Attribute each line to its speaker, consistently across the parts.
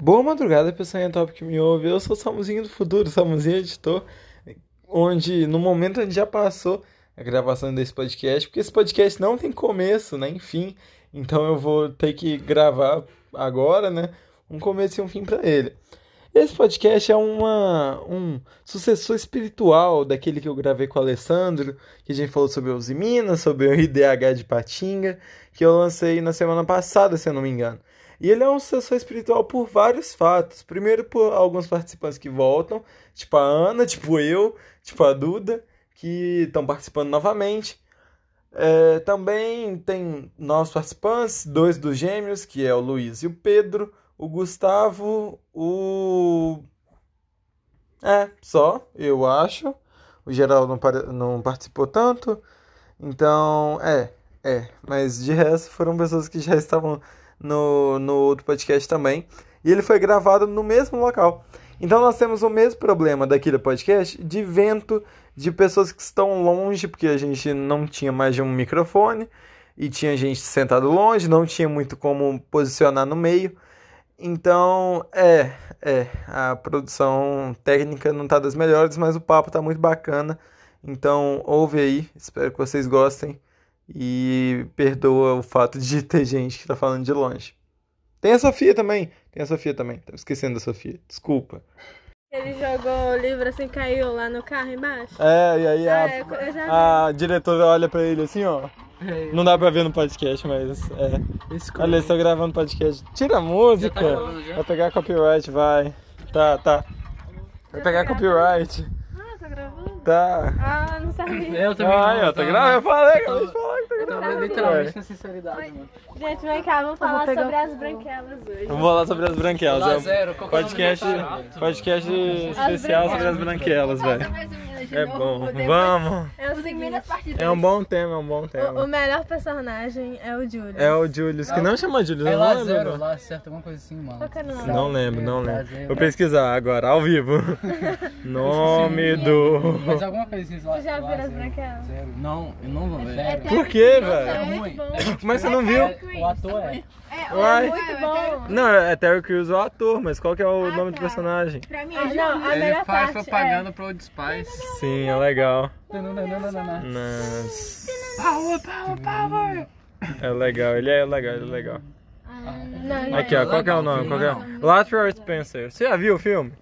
Speaker 1: Boa madrugada, pessoal em top que me ouve. Eu sou o Samuzinho do Futuro, Samuzinho Editor, onde no momento a gente já passou a gravação desse podcast, porque esse podcast não tem começo, né? Enfim, então eu vou ter que gravar agora, né? Um começo e um fim para ele. Esse podcast é uma, um sucessor espiritual daquele que eu gravei com o Alessandro, que a gente falou sobre os Minas, sobre o IDH de Patinga, que eu lancei na semana passada, se eu não me engano. E ele é um sucessor espiritual por vários fatos. Primeiro, por alguns participantes que voltam, tipo a Ana, tipo eu, tipo a Duda, que estão participando novamente. É, também tem novos participantes, dois dos gêmeos, que é o Luiz e o Pedro, o Gustavo, o. É, só, eu acho. O Geraldo não, par- não participou tanto. Então, é, é. Mas de resto foram pessoas que já estavam no, no outro podcast também. E ele foi gravado no mesmo local. Então nós temos o mesmo problema daquele podcast de vento, de pessoas que estão longe, porque a gente não tinha mais de um microfone. E tinha gente sentado longe, não tinha muito como posicionar no meio. Então, é, é, a produção técnica não tá das melhores, mas o papo tá muito bacana. Então, ouve aí, espero que vocês gostem e perdoa o fato de ter gente que tá falando de longe. Tem a Sofia também, tem a Sofia também, tava esquecendo da Sofia, desculpa.
Speaker 2: Ele jogou o livro assim, caiu lá no carro embaixo.
Speaker 1: É, e aí
Speaker 2: Ah,
Speaker 1: a,
Speaker 2: é, eu já vi.
Speaker 1: a diretora olha pra ele assim, ó.
Speaker 3: É,
Speaker 1: Não dá pra ver no podcast, mas é. Olha, eu estou gravando podcast. Tira a música.
Speaker 3: gravando já?
Speaker 1: Vai pegar copyright, vai. Tá, tá. Vai pegar
Speaker 2: tá
Speaker 1: copyright.
Speaker 2: Ah, tá gravando?
Speaker 1: Tá.
Speaker 2: Ah, não sabia.
Speaker 3: Eu também.
Speaker 1: Ai, ó, tá gravando. Eu falei, acabei de falar que tá
Speaker 3: Eu
Speaker 1: gravando.
Speaker 3: tava literalmente na sinceridade, mano.
Speaker 2: Gente, vem cá, vamos falar sobre as branquelas hoje.
Speaker 1: Vamos falar sobre as branquelas.
Speaker 3: Lá
Speaker 1: é um
Speaker 3: zero, qual que é o nome
Speaker 1: podcast,
Speaker 3: do barato?
Speaker 1: podcast especial sobre as branquelas, velho. É bom. Vamos.
Speaker 2: É o seguinte,
Speaker 1: É um bom tema, é um bom
Speaker 2: o, o
Speaker 1: tema.
Speaker 2: melhor personagem é o Julius.
Speaker 1: É o Julius, que não chama Julius,
Speaker 3: É
Speaker 1: eu
Speaker 3: lá
Speaker 1: não
Speaker 3: zero,
Speaker 1: lembro.
Speaker 3: lá certo, alguma coisa assim, mano.
Speaker 2: Qual que é o nome?
Speaker 1: Não lembro, não lembro.
Speaker 3: Prazer.
Speaker 1: Vou pesquisar agora, ao vivo. Nome do.
Speaker 3: Mas alguma coisa assim, lá.
Speaker 2: Vocês já
Speaker 3: lá
Speaker 2: viram as
Speaker 3: zero,
Speaker 2: branquelas?
Speaker 3: Zero. Não, eu não vou ver.
Speaker 2: É
Speaker 1: Por quê,
Speaker 2: É
Speaker 1: velho?
Speaker 2: muito bom.
Speaker 1: Mas você não viu?
Speaker 3: O ator né? é.
Speaker 1: Uai.
Speaker 2: Muito bom.
Speaker 1: Não, é Terry Crews o ator, mas qual que é o nome do personagem?
Speaker 4: Pra mim,
Speaker 2: Ah, não, a melhor parte é...
Speaker 3: pro Old Spice.
Speaker 1: Sim, é legal.
Speaker 3: Não, não, não, não, não, não.
Speaker 1: Mas... É legal, ele é legal, ele é legal.
Speaker 2: Não,
Speaker 1: Aqui, ó, qual que é o nome? Qual que é? Lateral Spencer. Você já viu o filme?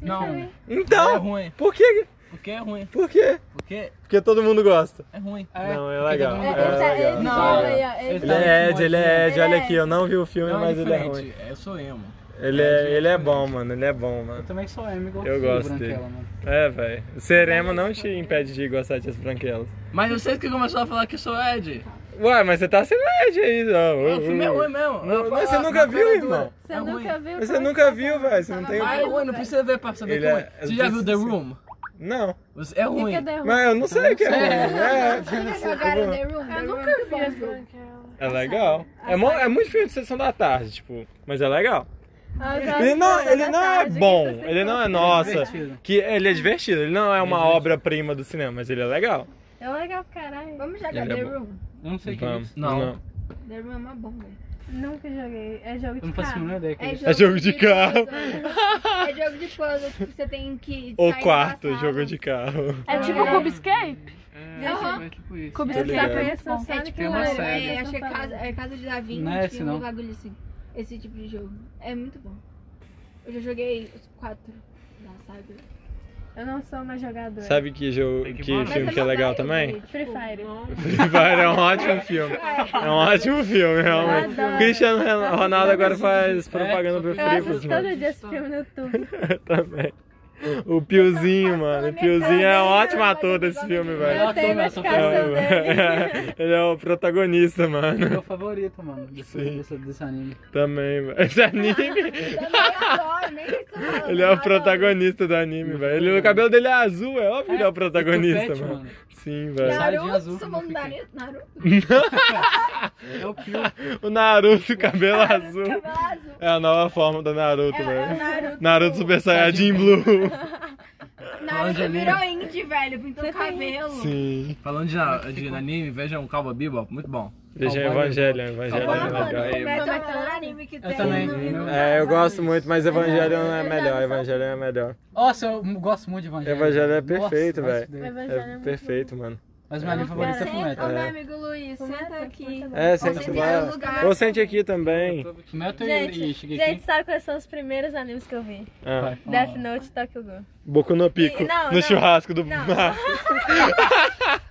Speaker 3: Não. É
Speaker 1: Então,
Speaker 3: ruim.
Speaker 1: por que?
Speaker 3: Porque é ruim.
Speaker 1: Por quê?
Speaker 3: Porque
Speaker 1: Porque todo mundo gosta.
Speaker 3: é ruim.
Speaker 1: Não, é
Speaker 3: Porque
Speaker 1: legal.
Speaker 3: todo
Speaker 2: É,
Speaker 3: mundo
Speaker 1: É
Speaker 3: gosta.
Speaker 2: ele tá-
Speaker 1: legal,
Speaker 2: ele
Speaker 1: é
Speaker 2: joga
Speaker 3: legal.
Speaker 2: aí,
Speaker 3: tá
Speaker 2: ó, ele
Speaker 1: Ele é Ed, ele é Ed, olha aqui, eu não vi o filme,
Speaker 3: Não, é
Speaker 1: mas ele é
Speaker 3: diferente.
Speaker 1: ruim.
Speaker 3: É, sou eu, mano.
Speaker 1: Ele é, ele é bom, mano, ele é bom,
Speaker 3: Eu
Speaker 1: mano.
Speaker 3: também sou emo, igual
Speaker 1: Eu
Speaker 3: o
Speaker 1: gosto
Speaker 3: Branquela,
Speaker 1: dele.
Speaker 3: mano.
Speaker 1: É, velho. Ser emo não te impede de gostar de As Branquelas.
Speaker 3: Mas vocês que começou a falar que eu sou Ed.
Speaker 1: Ué, mas você tá sendo Ed aí, ó.
Speaker 3: O filme é ruim mesmo.
Speaker 1: Não,
Speaker 3: Eu
Speaker 1: mas
Speaker 3: falo,
Speaker 1: você nunca
Speaker 3: na
Speaker 1: viu,
Speaker 3: cara
Speaker 1: irmão.
Speaker 3: dura.
Speaker 2: Você
Speaker 3: É ruim.
Speaker 2: nunca viu?
Speaker 1: Mas você nunca viu, velho. Você não tem.
Speaker 3: Ah, é ruim, não precisa ver pra saber
Speaker 1: Ele
Speaker 3: que é
Speaker 1: é-
Speaker 3: ruim. Você já viu The Room?
Speaker 1: Não.
Speaker 3: Você- É ruim.
Speaker 2: Fica derrubado.
Speaker 1: Mas eu não sei o que é.
Speaker 3: sei.
Speaker 1: É,
Speaker 2: ah,
Speaker 1: é,
Speaker 4: Eu nunca vi as
Speaker 1: é legal. É, mo- é muito filme de sessão da tarde, tipo. Mas é legal.
Speaker 2: Ah, eu já
Speaker 1: Ele não,
Speaker 2: vi
Speaker 1: ele
Speaker 2: na
Speaker 1: não é
Speaker 2: tarde, que
Speaker 1: bom.
Speaker 2: vocês
Speaker 1: Ele não é
Speaker 2: gostam.
Speaker 1: nossa.
Speaker 3: divertido.
Speaker 1: Que ele é divertido. Ele não é uma obra-prima do cinema, mas ele é legal.
Speaker 2: É legal pra caralho.
Speaker 4: Vamos jogar
Speaker 1: Ele é
Speaker 4: The
Speaker 1: bom.
Speaker 4: Room.
Speaker 3: Eu não sei o que é
Speaker 1: Vamos.
Speaker 3: isso. Não.
Speaker 4: The Room é uma bomba.
Speaker 2: Nunca joguei. É jogo
Speaker 3: Eu
Speaker 2: de
Speaker 3: não faço a
Speaker 2: carro.
Speaker 3: menor ideia que é isso.
Speaker 1: É jogo de carro.
Speaker 4: puzzle. É jogo de puzzle. Tipo, você tem que.
Speaker 1: O
Speaker 4: sair
Speaker 1: quarto
Speaker 4: da sala.
Speaker 1: jogo de carro.
Speaker 5: É tipo
Speaker 2: É.
Speaker 5: Cubescape?
Speaker 4: Aham.
Speaker 3: É tipo isso.
Speaker 1: Tô
Speaker 2: Você
Speaker 1: ligado.
Speaker 2: só conhece o
Speaker 4: É
Speaker 2: Sonic
Speaker 4: tipo,
Speaker 3: é
Speaker 2: Mania,
Speaker 3: uma
Speaker 2: vocês
Speaker 3: série.
Speaker 4: é,
Speaker 2: estão
Speaker 4: acho que é
Speaker 2: falando.
Speaker 4: casa, é casa de Da Vinci,
Speaker 3: Não é esse, não.
Speaker 4: um bagulho assim. Esse tipo de jogo. É muito bom. Eu já joguei os quatro da saga.
Speaker 2: Eu não sou uma jogadora.
Speaker 1: Sabe que, jogo, que
Speaker 4: Mas
Speaker 1: filme
Speaker 4: eu
Speaker 1: que é
Speaker 4: não
Speaker 1: legal
Speaker 4: joguei,
Speaker 1: também?
Speaker 2: Free Fire.
Speaker 1: Free Fire é um ótimo filme. É um ótimo filme, realmente.
Speaker 2: adoro.
Speaker 1: O Cristiano Ronaldo agora faz propaganda pro
Speaker 2: Eu
Speaker 3: Eu
Speaker 1: Free Fire.
Speaker 2: assisto todo dia esse filme no YouTube.
Speaker 1: Eu também. O Piozinho, mano. O Piozinho é um ótimo ator desse filme, velho.
Speaker 2: Eu tenho
Speaker 3: Melhor filme,
Speaker 2: notificação dele.
Speaker 1: Ele é o protagonista,
Speaker 3: É
Speaker 1: mano.
Speaker 3: meu favorito, mano. Desse,
Speaker 1: Sim.
Speaker 3: desse, desse anime.
Speaker 1: Também, velho. Esse anime.
Speaker 4: Eu também adoro, nem isso eu falo,
Speaker 1: Ele é o
Speaker 4: eu adoro.
Speaker 1: protagonista do anime, velho. Ele- O cabelo dele é azul, é óbvio que ele é o protagonista,
Speaker 3: Tupete,
Speaker 1: mano. Sim,
Speaker 4: é
Speaker 1: velho.
Speaker 3: Sardinha azul
Speaker 4: Naruto,
Speaker 3: que
Speaker 4: todo
Speaker 3: não
Speaker 4: mundo
Speaker 3: fica.
Speaker 4: Naruto, Naruto,
Speaker 3: É o Pio.
Speaker 1: O Naruto, o cabelo azul.
Speaker 4: cabelo azul.
Speaker 1: É a nova forma do Naruto,
Speaker 4: É, é o
Speaker 1: velho.
Speaker 4: Naruto.
Speaker 1: Naruto Super Saiyajin Blue.
Speaker 4: Naruto
Speaker 3: Angelina.
Speaker 4: virou indie, velho. Pintou o cabelo.
Speaker 1: Sim.
Speaker 3: Falando de, de anime, vejam o Calva Bebop, muito bom.
Speaker 1: Deixa
Speaker 6: Calvário.
Speaker 1: Evangelion, Evangelion
Speaker 4: Fala
Speaker 1: é
Speaker 4: quando
Speaker 1: melhor.
Speaker 4: você mete
Speaker 2: Como é que é o
Speaker 4: aquele
Speaker 2: nome?
Speaker 4: um anime que
Speaker 6: Eu
Speaker 4: tem.
Speaker 6: também.
Speaker 4: no- no-
Speaker 1: É, eu
Speaker 6: Não,
Speaker 1: gosto
Speaker 6: não.
Speaker 1: muito, mas Evangelion é
Speaker 4: Não,
Speaker 1: melhor,
Speaker 4: não.
Speaker 1: Evangelion é melhor.
Speaker 6: Nossa, eu m- gosto muito de Evangelho.
Speaker 1: Evangelho é
Speaker 6: Nossa,
Speaker 1: perfeito,
Speaker 6: vai se
Speaker 1: velho.
Speaker 6: fuder.
Speaker 1: É perfeito, mano.
Speaker 6: Mas meu anime favorito é Fumeto.
Speaker 4: Ô, meu
Speaker 1: É.
Speaker 4: amigo Luiz, senta aqui.
Speaker 1: É,
Speaker 4: Você
Speaker 1: sente
Speaker 4: viu o
Speaker 1: lá.
Speaker 4: lugar?
Speaker 1: Ou sente aqui também.
Speaker 6: Fumeto e e
Speaker 2: Gente,
Speaker 6: Shigeki.
Speaker 2: gente, sabe quais são os primeiros animes que eu vi?
Speaker 1: Ah,
Speaker 6: Vai, fala.
Speaker 2: Death Note e Tokyo Ghoul.
Speaker 1: Boku no pico,
Speaker 2: E- não,
Speaker 1: no
Speaker 2: não.
Speaker 1: churrasco do
Speaker 2: Não.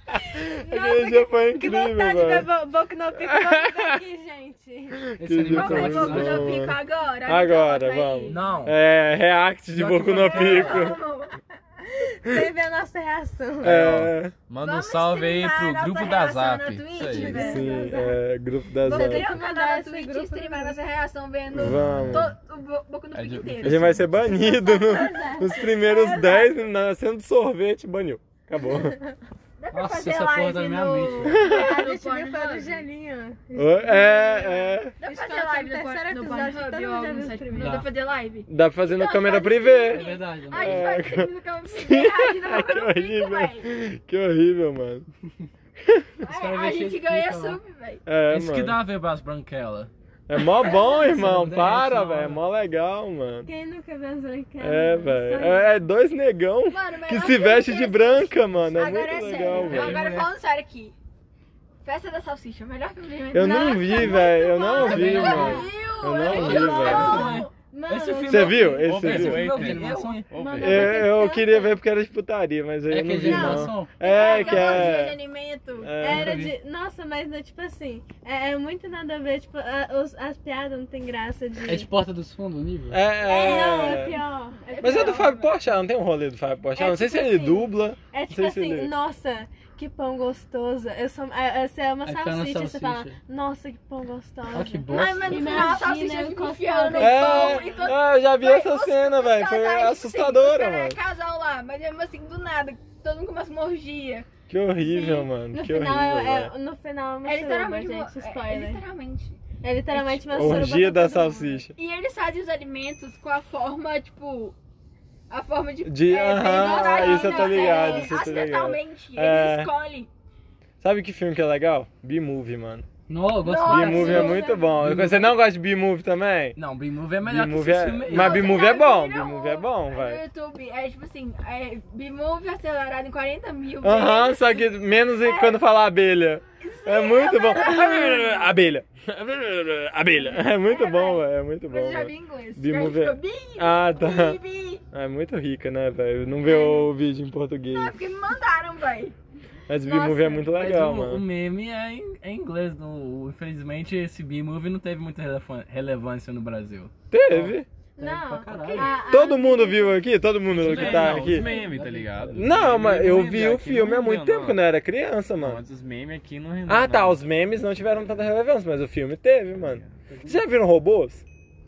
Speaker 1: Aquele dia foi
Speaker 2: Que
Speaker 1: é um incrível,
Speaker 2: vontade de ver
Speaker 1: velho.
Speaker 2: Bo- Boku no Pico vamos ver aqui, gente.
Speaker 6: Esse anime é
Speaker 1: Vamos ver,
Speaker 6: traumatizante.
Speaker 1: vamos ver.
Speaker 4: no pico agora.
Speaker 1: Ah. Agora,
Speaker 4: Então, bota aí.
Speaker 1: vamos.
Speaker 3: Não.
Speaker 1: É, react de Boku no pico.
Speaker 2: Você vê a nossa reação.
Speaker 1: É,
Speaker 3: Manda um
Speaker 2: Vamos
Speaker 3: salve aí
Speaker 2: streamar
Speaker 3: pro
Speaker 2: nossa
Speaker 3: grupo da
Speaker 2: reação
Speaker 3: Zap.
Speaker 2: no
Speaker 3: Isso
Speaker 2: Twitch,
Speaker 3: aí.
Speaker 2: velho.
Speaker 1: sim, é, grupo das
Speaker 4: Você tem
Speaker 1: artes.
Speaker 4: que mandar na
Speaker 2: Esse
Speaker 4: um Twitch e
Speaker 2: grupo-
Speaker 4: streamar nossa reação vendo
Speaker 1: Vamos.
Speaker 4: to- o Bo- Boku no
Speaker 3: É
Speaker 4: Pico
Speaker 3: de-
Speaker 1: A
Speaker 4: inteiro.
Speaker 1: gente vai ser banido no- nos primeiros
Speaker 4: É
Speaker 1: 10, nascendo sorvete, baniu. Acabou.
Speaker 6: Nossa,
Speaker 4: fazer
Speaker 6: essa porra da
Speaker 4: live
Speaker 6: minha
Speaker 4: no-
Speaker 6: mente.
Speaker 2: É, A gente viu foi do
Speaker 4: Pornhub?
Speaker 2: gelinho.
Speaker 1: É, é.
Speaker 4: Dá
Speaker 2: Fazer
Speaker 4: pra fazer
Speaker 2: live
Speaker 4: live
Speaker 2: no
Speaker 4: terceiro
Speaker 2: Pornhub
Speaker 4: episódio,
Speaker 2: ou
Speaker 4: todo mundo
Speaker 2: algum
Speaker 4: já viu
Speaker 2: site
Speaker 4: o primeiro. Dá
Speaker 6: privado?
Speaker 4: pra fazer live?
Speaker 1: Dá pra fazer na
Speaker 4: Não, tá
Speaker 1: câmera
Speaker 4: pode ser.
Speaker 6: É
Speaker 1: privê.
Speaker 6: verdade.
Speaker 4: Ai,
Speaker 6: né?
Speaker 4: gente vai
Speaker 1: É,
Speaker 4: ter que câmera privada no
Speaker 1: que
Speaker 4: Boku no Pico,
Speaker 1: é horrível.
Speaker 4: velho.
Speaker 1: Que horrível, mano.
Speaker 6: Os caras
Speaker 4: A
Speaker 6: mexem
Speaker 4: gente
Speaker 6: de
Speaker 4: ganha
Speaker 6: pica lá.
Speaker 4: sub, velho.
Speaker 1: É,
Speaker 3: Isso que
Speaker 1: mano.
Speaker 3: dá ver as branquelas.
Speaker 1: É mó bom, irmão.
Speaker 6: Você não
Speaker 1: Para,
Speaker 6: derrete na
Speaker 1: velho. É
Speaker 6: hora.
Speaker 1: mó legal, mano.
Speaker 2: Quem nunca viu as branquelas?
Speaker 1: É, velho. É, é dois negão
Speaker 4: Mano, mas
Speaker 1: que
Speaker 4: eu
Speaker 1: se
Speaker 4: acho
Speaker 1: veste de
Speaker 4: interessante.
Speaker 1: branca, mano. É
Speaker 4: Agora é
Speaker 1: muito legal,
Speaker 4: sério.
Speaker 1: velho.
Speaker 4: Agora falando sério aqui. Festa da Salsicha, o melhor que eu vi.
Speaker 1: Eu não vi, velho. Eu não
Speaker 4: Você
Speaker 1: vi,
Speaker 4: não
Speaker 1: mano.
Speaker 4: viu?
Speaker 1: Eu não
Speaker 4: É muito
Speaker 1: vi, velho.
Speaker 4: bom.
Speaker 2: Mano,
Speaker 3: Esse filme-
Speaker 1: Você viu? Esse
Speaker 3: Esse
Speaker 1: você viu?
Speaker 3: filme eu vi.
Speaker 6: Tem animação?
Speaker 1: É, Eu, eu queria ver porque era de putaria, mas eu
Speaker 6: É
Speaker 1: não vi,
Speaker 6: que de
Speaker 1: não.
Speaker 6: animação.
Speaker 1: É, que
Speaker 4: Aquela de
Speaker 1: é.
Speaker 4: alimento.
Speaker 1: é.
Speaker 2: Era de. Nossa, mas né, tipo assim, é, é muito nada a ver, tipo, a- os- as piadas não tem graça de.
Speaker 6: É de porta dos fundos, nível.
Speaker 1: É,
Speaker 2: não, é
Speaker 1: é, é.
Speaker 2: pior. É
Speaker 1: Mas é
Speaker 2: pior.
Speaker 1: do Fábio Porchat, não tem um rolê do Fábio Porchat.
Speaker 2: É
Speaker 1: Não sei se
Speaker 2: tipo
Speaker 1: ele
Speaker 2: assim.
Speaker 1: dubla.
Speaker 2: É tipo
Speaker 1: Não sei se
Speaker 2: assim,
Speaker 1: ele-
Speaker 2: nossa, que pão gostoso. Eu sou, é, é, você é uma
Speaker 6: Aí fala
Speaker 2: salsicha, e você fala,
Speaker 6: tá salsicha.
Speaker 2: nossa, que pão gostoso.
Speaker 6: Olha que bosta.
Speaker 4: Ai, mano,
Speaker 2: Imagina
Speaker 4: imagina a salsicha
Speaker 2: eu
Speaker 4: enfiando no pão
Speaker 1: É,
Speaker 4: e todo
Speaker 1: ah, eu já vi
Speaker 4: Foi,
Speaker 1: essa
Speaker 4: os-
Speaker 1: cena,
Speaker 4: os
Speaker 1: velho. Foi
Speaker 4: casais, tipo assim, os
Speaker 1: assustadora,
Speaker 4: caras
Speaker 1: mano.
Speaker 4: casal lá, mas mesmo assim, do nada, todo mundo começa uma orgia.
Speaker 1: Que horrível,
Speaker 2: Sim,
Speaker 1: mano.
Speaker 2: No
Speaker 1: Que
Speaker 2: final,
Speaker 1: horrível.
Speaker 2: é,
Speaker 1: velho.
Speaker 2: é- no final é uma
Speaker 4: É
Speaker 2: suruba,
Speaker 4: literalmente uma-
Speaker 2: gente,
Speaker 4: é, é
Speaker 2: spoiler.
Speaker 4: literalmente.
Speaker 2: É literalmente uma suruba
Speaker 1: tipo, Orgia
Speaker 2: pra
Speaker 1: da
Speaker 2: todo mundo.
Speaker 1: salsicha.
Speaker 4: E eles fazem os alimentos com a forma, tipo. A forma de. é,
Speaker 1: De- aham,
Speaker 4: bem
Speaker 1: isso eu tô
Speaker 4: vagina,
Speaker 1: ligado,
Speaker 4: é,
Speaker 1: isso eu tô ligado.
Speaker 4: acidentalmente,
Speaker 1: É.
Speaker 4: eles escolhem.
Speaker 1: Sabe que filme que é legal? B-Movie, mano.
Speaker 6: Não, eu gosto
Speaker 4: Nossa.
Speaker 6: muito.
Speaker 1: B-Movie é muito bom.
Speaker 6: B-Movie.
Speaker 1: Você não gosta de B-Movie também?
Speaker 3: Não, B-Movie é melhor que
Speaker 1: B-Movie
Speaker 3: esse
Speaker 1: é...
Speaker 3: filme. aí.
Speaker 1: Mas B-Movie é
Speaker 4: Cara,
Speaker 1: bom,
Speaker 4: então, viram
Speaker 1: B-Movie é bom,
Speaker 4: um- No
Speaker 1: velho.
Speaker 4: YouTube, é tipo assim, é, B-Movie acelerado em 40 mil.
Speaker 1: Aham,
Speaker 4: vezes.
Speaker 1: só que menos em- quando fala abelha. É muito bom. Abelha. Abelha. É muito bom, velho. É muito
Speaker 4: Mas
Speaker 1: bom.
Speaker 4: eu já vi
Speaker 1: velho.
Speaker 4: em inglês.
Speaker 1: B-Movie é-
Speaker 4: Cara, ficou bi,
Speaker 1: Ah, tá.
Speaker 4: bi, bi.
Speaker 1: É muito rica, né, velho? Não vê o vídeo em português.
Speaker 4: É porque me mandaram, velho.
Speaker 1: Mas B-Movie é muito
Speaker 3: Mas
Speaker 1: legal,
Speaker 3: o, o
Speaker 1: mano.
Speaker 3: meme é em, é em inglês. no- infelizmente, esse B-Movie não teve muita relevan- relevância no Brasil.
Speaker 1: Teve.
Speaker 2: Não,
Speaker 6: Pra caralho.
Speaker 4: Ah,
Speaker 2: a- a-
Speaker 1: Todo mundo viu aqui? Todo mundo que tá
Speaker 3: Não,
Speaker 1: aqui?
Speaker 3: Os memes, tá ligado?
Speaker 1: Não, mas eu vi o
Speaker 3: aqui não
Speaker 1: filme há
Speaker 3: rendeu,
Speaker 1: muito tempo
Speaker 3: não.
Speaker 1: quando eu era criança, mano.
Speaker 3: Mas os memes aqui não rendeu,
Speaker 1: Ah, tá,
Speaker 3: não.
Speaker 1: os memes não tiveram tanta relevância, mas o filme teve, mano. Vocês já viram robôs?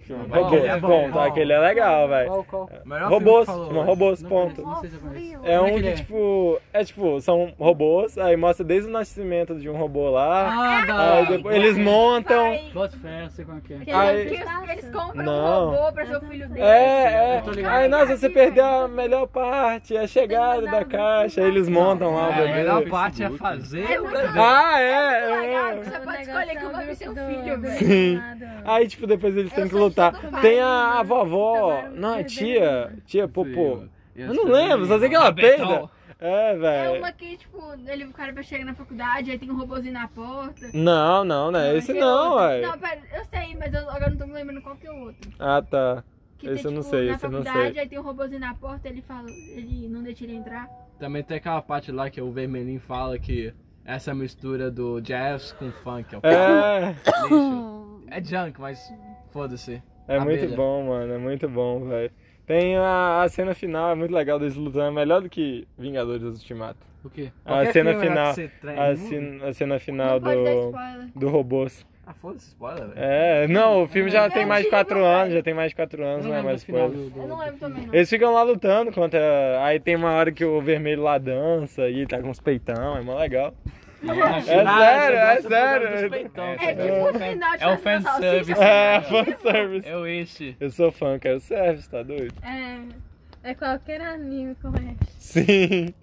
Speaker 3: Bom,
Speaker 1: Robôs,
Speaker 3: é bom,
Speaker 1: ponto.
Speaker 3: bom.
Speaker 1: Aquele é legal, velho.
Speaker 6: Qual, qual?
Speaker 3: O melhor filme que
Speaker 1: Robôs,
Speaker 3: falou,
Speaker 1: chama
Speaker 3: né?
Speaker 1: robôs,
Speaker 6: Não
Speaker 1: ponto.
Speaker 6: conheço, Não sei se eu conheço.
Speaker 1: É
Speaker 6: Como é
Speaker 1: um
Speaker 6: que
Speaker 1: que,
Speaker 6: ele é?
Speaker 1: tipo, é tipo, são robôs, aí mostra desde o nascimento de um robô lá.
Speaker 6: Ah, da
Speaker 1: aí
Speaker 6: hora.
Speaker 1: depois eles montam.
Speaker 4: Vai.
Speaker 6: Boto fé, sei como é que é.
Speaker 2: Porque
Speaker 1: Aí-
Speaker 2: não
Speaker 4: Porque
Speaker 2: passa.
Speaker 4: eles, eles compram
Speaker 1: Não.
Speaker 4: um robô pra ser o filho dele.
Speaker 1: É, é.
Speaker 3: Eu tô ligado.
Speaker 1: Aí, nossa, você perdeu a melhor parte, é a chegada da caixa, aí eles montam lá o
Speaker 3: a É, melhor
Speaker 1: bebê.
Speaker 3: parte é fazer
Speaker 4: É
Speaker 3: o
Speaker 4: muito
Speaker 3: desenho.
Speaker 1: Ah,
Speaker 4: É muito legal,
Speaker 1: é, é.
Speaker 4: você
Speaker 2: O
Speaker 4: pode
Speaker 2: negócio
Speaker 4: escolher como
Speaker 2: do-
Speaker 4: vai ser o
Speaker 2: do-
Speaker 4: filho,
Speaker 2: do-
Speaker 4: velho.
Speaker 1: Sim.
Speaker 2: lado.
Speaker 1: Aí, tipo, depois eles têm que
Speaker 4: sou
Speaker 1: lutar.
Speaker 4: fã do
Speaker 1: Tem
Speaker 4: pai,
Speaker 1: a, a vovó.
Speaker 2: Tomaram um
Speaker 1: Não, a
Speaker 2: bebê.
Speaker 1: tia. Tia Popô.
Speaker 3: Eu
Speaker 1: é, Eu não lembro, só sei que ela peida. É,
Speaker 4: É
Speaker 1: velho.
Speaker 4: uma que, tipo, ele, o cara vai chegar na faculdade, aí tem um robôzinho na porta.
Speaker 1: Não, não, não é esse
Speaker 4: Esse é
Speaker 1: não,
Speaker 4: outro.
Speaker 1: velho.
Speaker 4: Não, pera, eu sei, mas eu agora não tô me lembrando qual que é o outro.
Speaker 1: Ah, tá.
Speaker 4: Que
Speaker 1: Esse
Speaker 4: tem,
Speaker 1: eu não
Speaker 4: tipo,
Speaker 1: sei,
Speaker 4: na
Speaker 1: esse eu não
Speaker 4: faculdade,
Speaker 1: sei.
Speaker 4: aí tem um robôzinho na porta, ele fala, ele não deixa ele entrar.
Speaker 3: Também tem aquela parte lá que o Vermelhinho fala que essa mistura do jazz com funk é o
Speaker 1: É,
Speaker 3: lixo. É junk, mas foda-se.
Speaker 1: é muito
Speaker 3: Abelha.
Speaker 1: bom, mano. É muito bom, velho. Tem a, a cena final, é muito legal deles lutando. É melhor do que Vingadores Ultimato.
Speaker 6: O quê?
Speaker 1: A cena final. A, cen- a cena final
Speaker 4: não pode dar
Speaker 1: É do,
Speaker 4: spoiler.
Speaker 1: do robôs.
Speaker 3: Ah, foda-se, spoiler, velho.
Speaker 1: É, não, o filme já
Speaker 4: Não,
Speaker 1: tem mais de
Speaker 4: tira,
Speaker 1: 4
Speaker 4: não,
Speaker 1: anos,
Speaker 4: velho.
Speaker 1: já tem mais de 4 anos, não é mais
Speaker 6: final
Speaker 1: spoiler.
Speaker 4: Eu não lembro também, não.
Speaker 1: Eles ficam lá lutando contra. Aí tem uma hora que o vermelho lá dança e tá com os peitão, é mó legal.
Speaker 6: É
Speaker 1: sério, é sério.
Speaker 6: tá
Speaker 4: É tipo o final de
Speaker 3: É o
Speaker 4: Festa da
Speaker 3: fanservice.
Speaker 4: Salsicha.
Speaker 1: É, fanservice.
Speaker 3: Eu este.
Speaker 1: Eu sou fã, quero service, tá doido?
Speaker 2: É, é qualquer anime como é.
Speaker 1: Sim.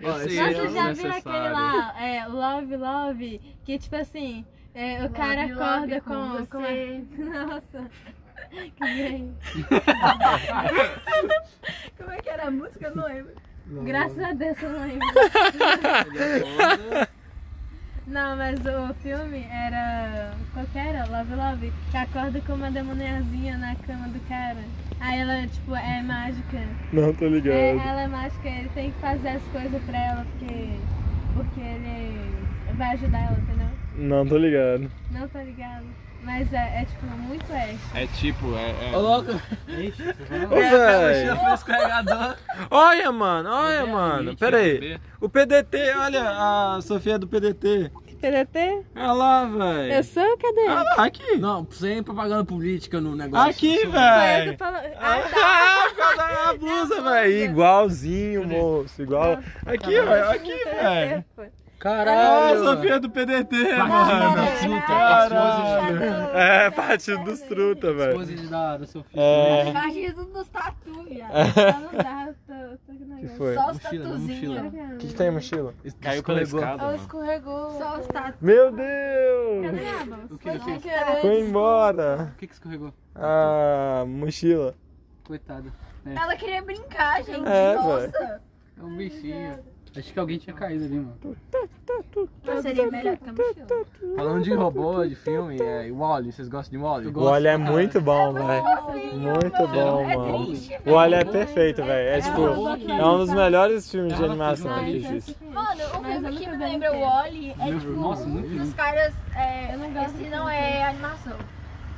Speaker 3: Esse
Speaker 2: Nossa,
Speaker 3: é
Speaker 2: já viram
Speaker 3: desnecessário.
Speaker 2: aquele lá, é, Love Love, que tipo assim, É, o cara
Speaker 4: um Love,
Speaker 2: acorda
Speaker 4: love
Speaker 2: com, é? com,
Speaker 4: você.
Speaker 2: a... Nossa. Que bem.
Speaker 4: Como é que era a música? Eu não lembro.
Speaker 2: Graças a Deus eu não lembro. Não, mas o filme era. Qual que era? Love Love. Que acorda com uma demoniazinha na cama do cara. Aí ela, tipo, é mágica.
Speaker 6: Não, tô ligado.
Speaker 2: É, ela é mágica, ele tem que fazer as coisas pra ela, porque. Porque ele vai ajudar ela, entendeu?
Speaker 6: Não, tô ligado.
Speaker 2: Não tá ligado. Mas é, é, tipo, muito é.
Speaker 3: É tipo, é.
Speaker 7: Ô, louco! Ixi,
Speaker 6: Ô,
Speaker 7: você
Speaker 6: velho.
Speaker 7: foi escorregador.
Speaker 6: Olha, mano, olha, mano. Pera aí. O PDT, olha a Sofia do PDT.
Speaker 2: TDT?
Speaker 6: Olha lá, velho.
Speaker 2: sou? Cadê?
Speaker 6: Olha lá, aqui.
Speaker 3: Não, sem propaganda política no negócio.
Speaker 6: Aqui,
Speaker 2: Foi eu
Speaker 6: velho.
Speaker 2: que falando. tá.
Speaker 6: Ah, por causa da blusa, velho. Igualzinho, moço. Igual. Aqui, ó. Aqui, velho. Ah,
Speaker 7: Caralho!
Speaker 6: Sofia do PDT, mano.
Speaker 3: Caralho.
Speaker 6: É, partido dos truta, velho.
Speaker 7: Esposa de da hora, Sofia.
Speaker 6: É.
Speaker 4: Imagina nos tatu, viado.
Speaker 2: Não dá, tô, tô com
Speaker 6: que
Speaker 2: negócio.
Speaker 6: foi?
Speaker 4: Só os
Speaker 7: é
Speaker 3: Mochila,
Speaker 4: tatuzinhos.
Speaker 3: mochila.
Speaker 6: O que, que tem, mochila?
Speaker 3: Caiu pela escada.
Speaker 4: Ela
Speaker 3: Mano.
Speaker 4: Tipo, escorregou. Só os tatu.
Speaker 6: Meu Deus!
Speaker 2: Cadê a bolsa?
Speaker 7: O que, o que,
Speaker 4: Sem querer.
Speaker 6: Foi embora.
Speaker 7: o que que escorregou?
Speaker 6: Ah, mochila.
Speaker 7: Coitada.
Speaker 4: Ela queria brincar, gente.
Speaker 6: É,
Speaker 4: Nossa.
Speaker 7: É um bichinho. Acho que alguém tinha caído ali, mano.
Speaker 4: Mas seria melhor que a mochila.
Speaker 3: Falando de robô, de filme, é e Wally, vocês gostam de Wally?
Speaker 7: Eu
Speaker 6: O olho é muito bom,
Speaker 4: É
Speaker 6: velho.
Speaker 4: fofinho,
Speaker 6: Muito bom,
Speaker 4: É
Speaker 6: mano.
Speaker 4: triste,
Speaker 6: O olho é perfeito, velho. É tipo,
Speaker 2: robô que-
Speaker 6: é um dos melhores filmes de
Speaker 7: Ela
Speaker 6: animação que
Speaker 7: fez
Speaker 2: então
Speaker 6: existe.
Speaker 2: você
Speaker 4: Mano, o
Speaker 2: Mas eu
Speaker 4: filme que
Speaker 2: nunca
Speaker 4: me
Speaker 2: vi um
Speaker 4: lembra o
Speaker 2: inteiro.
Speaker 4: Wally é
Speaker 7: Meu,
Speaker 4: tipo
Speaker 7: nossa, muito
Speaker 4: um dos
Speaker 7: lindo.
Speaker 4: caras. É,
Speaker 2: Eu não gosto
Speaker 4: esse
Speaker 2: de
Speaker 4: não
Speaker 2: filme
Speaker 4: é animação.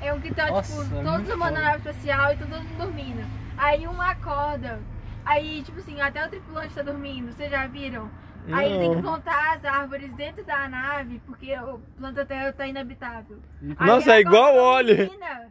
Speaker 4: É um que tá,
Speaker 7: Nossa, é
Speaker 4: tipo,
Speaker 7: muito
Speaker 4: todos
Speaker 7: foda.
Speaker 4: humanos na nave espacial e tá todo mundo dormindo. Aí um acorda. Aí, tipo assim, até o tripulante tá dormindo, vocês já viram? Aí tem que
Speaker 6: Não.
Speaker 4: plantar as árvores dentro da nave, porque o planeta Terra tá inabitável.
Speaker 7: Nunca
Speaker 4: Aí
Speaker 6: Nossa,
Speaker 4: acorda
Speaker 6: é igual
Speaker 4: uma
Speaker 6: o Wally.
Speaker 4: menina.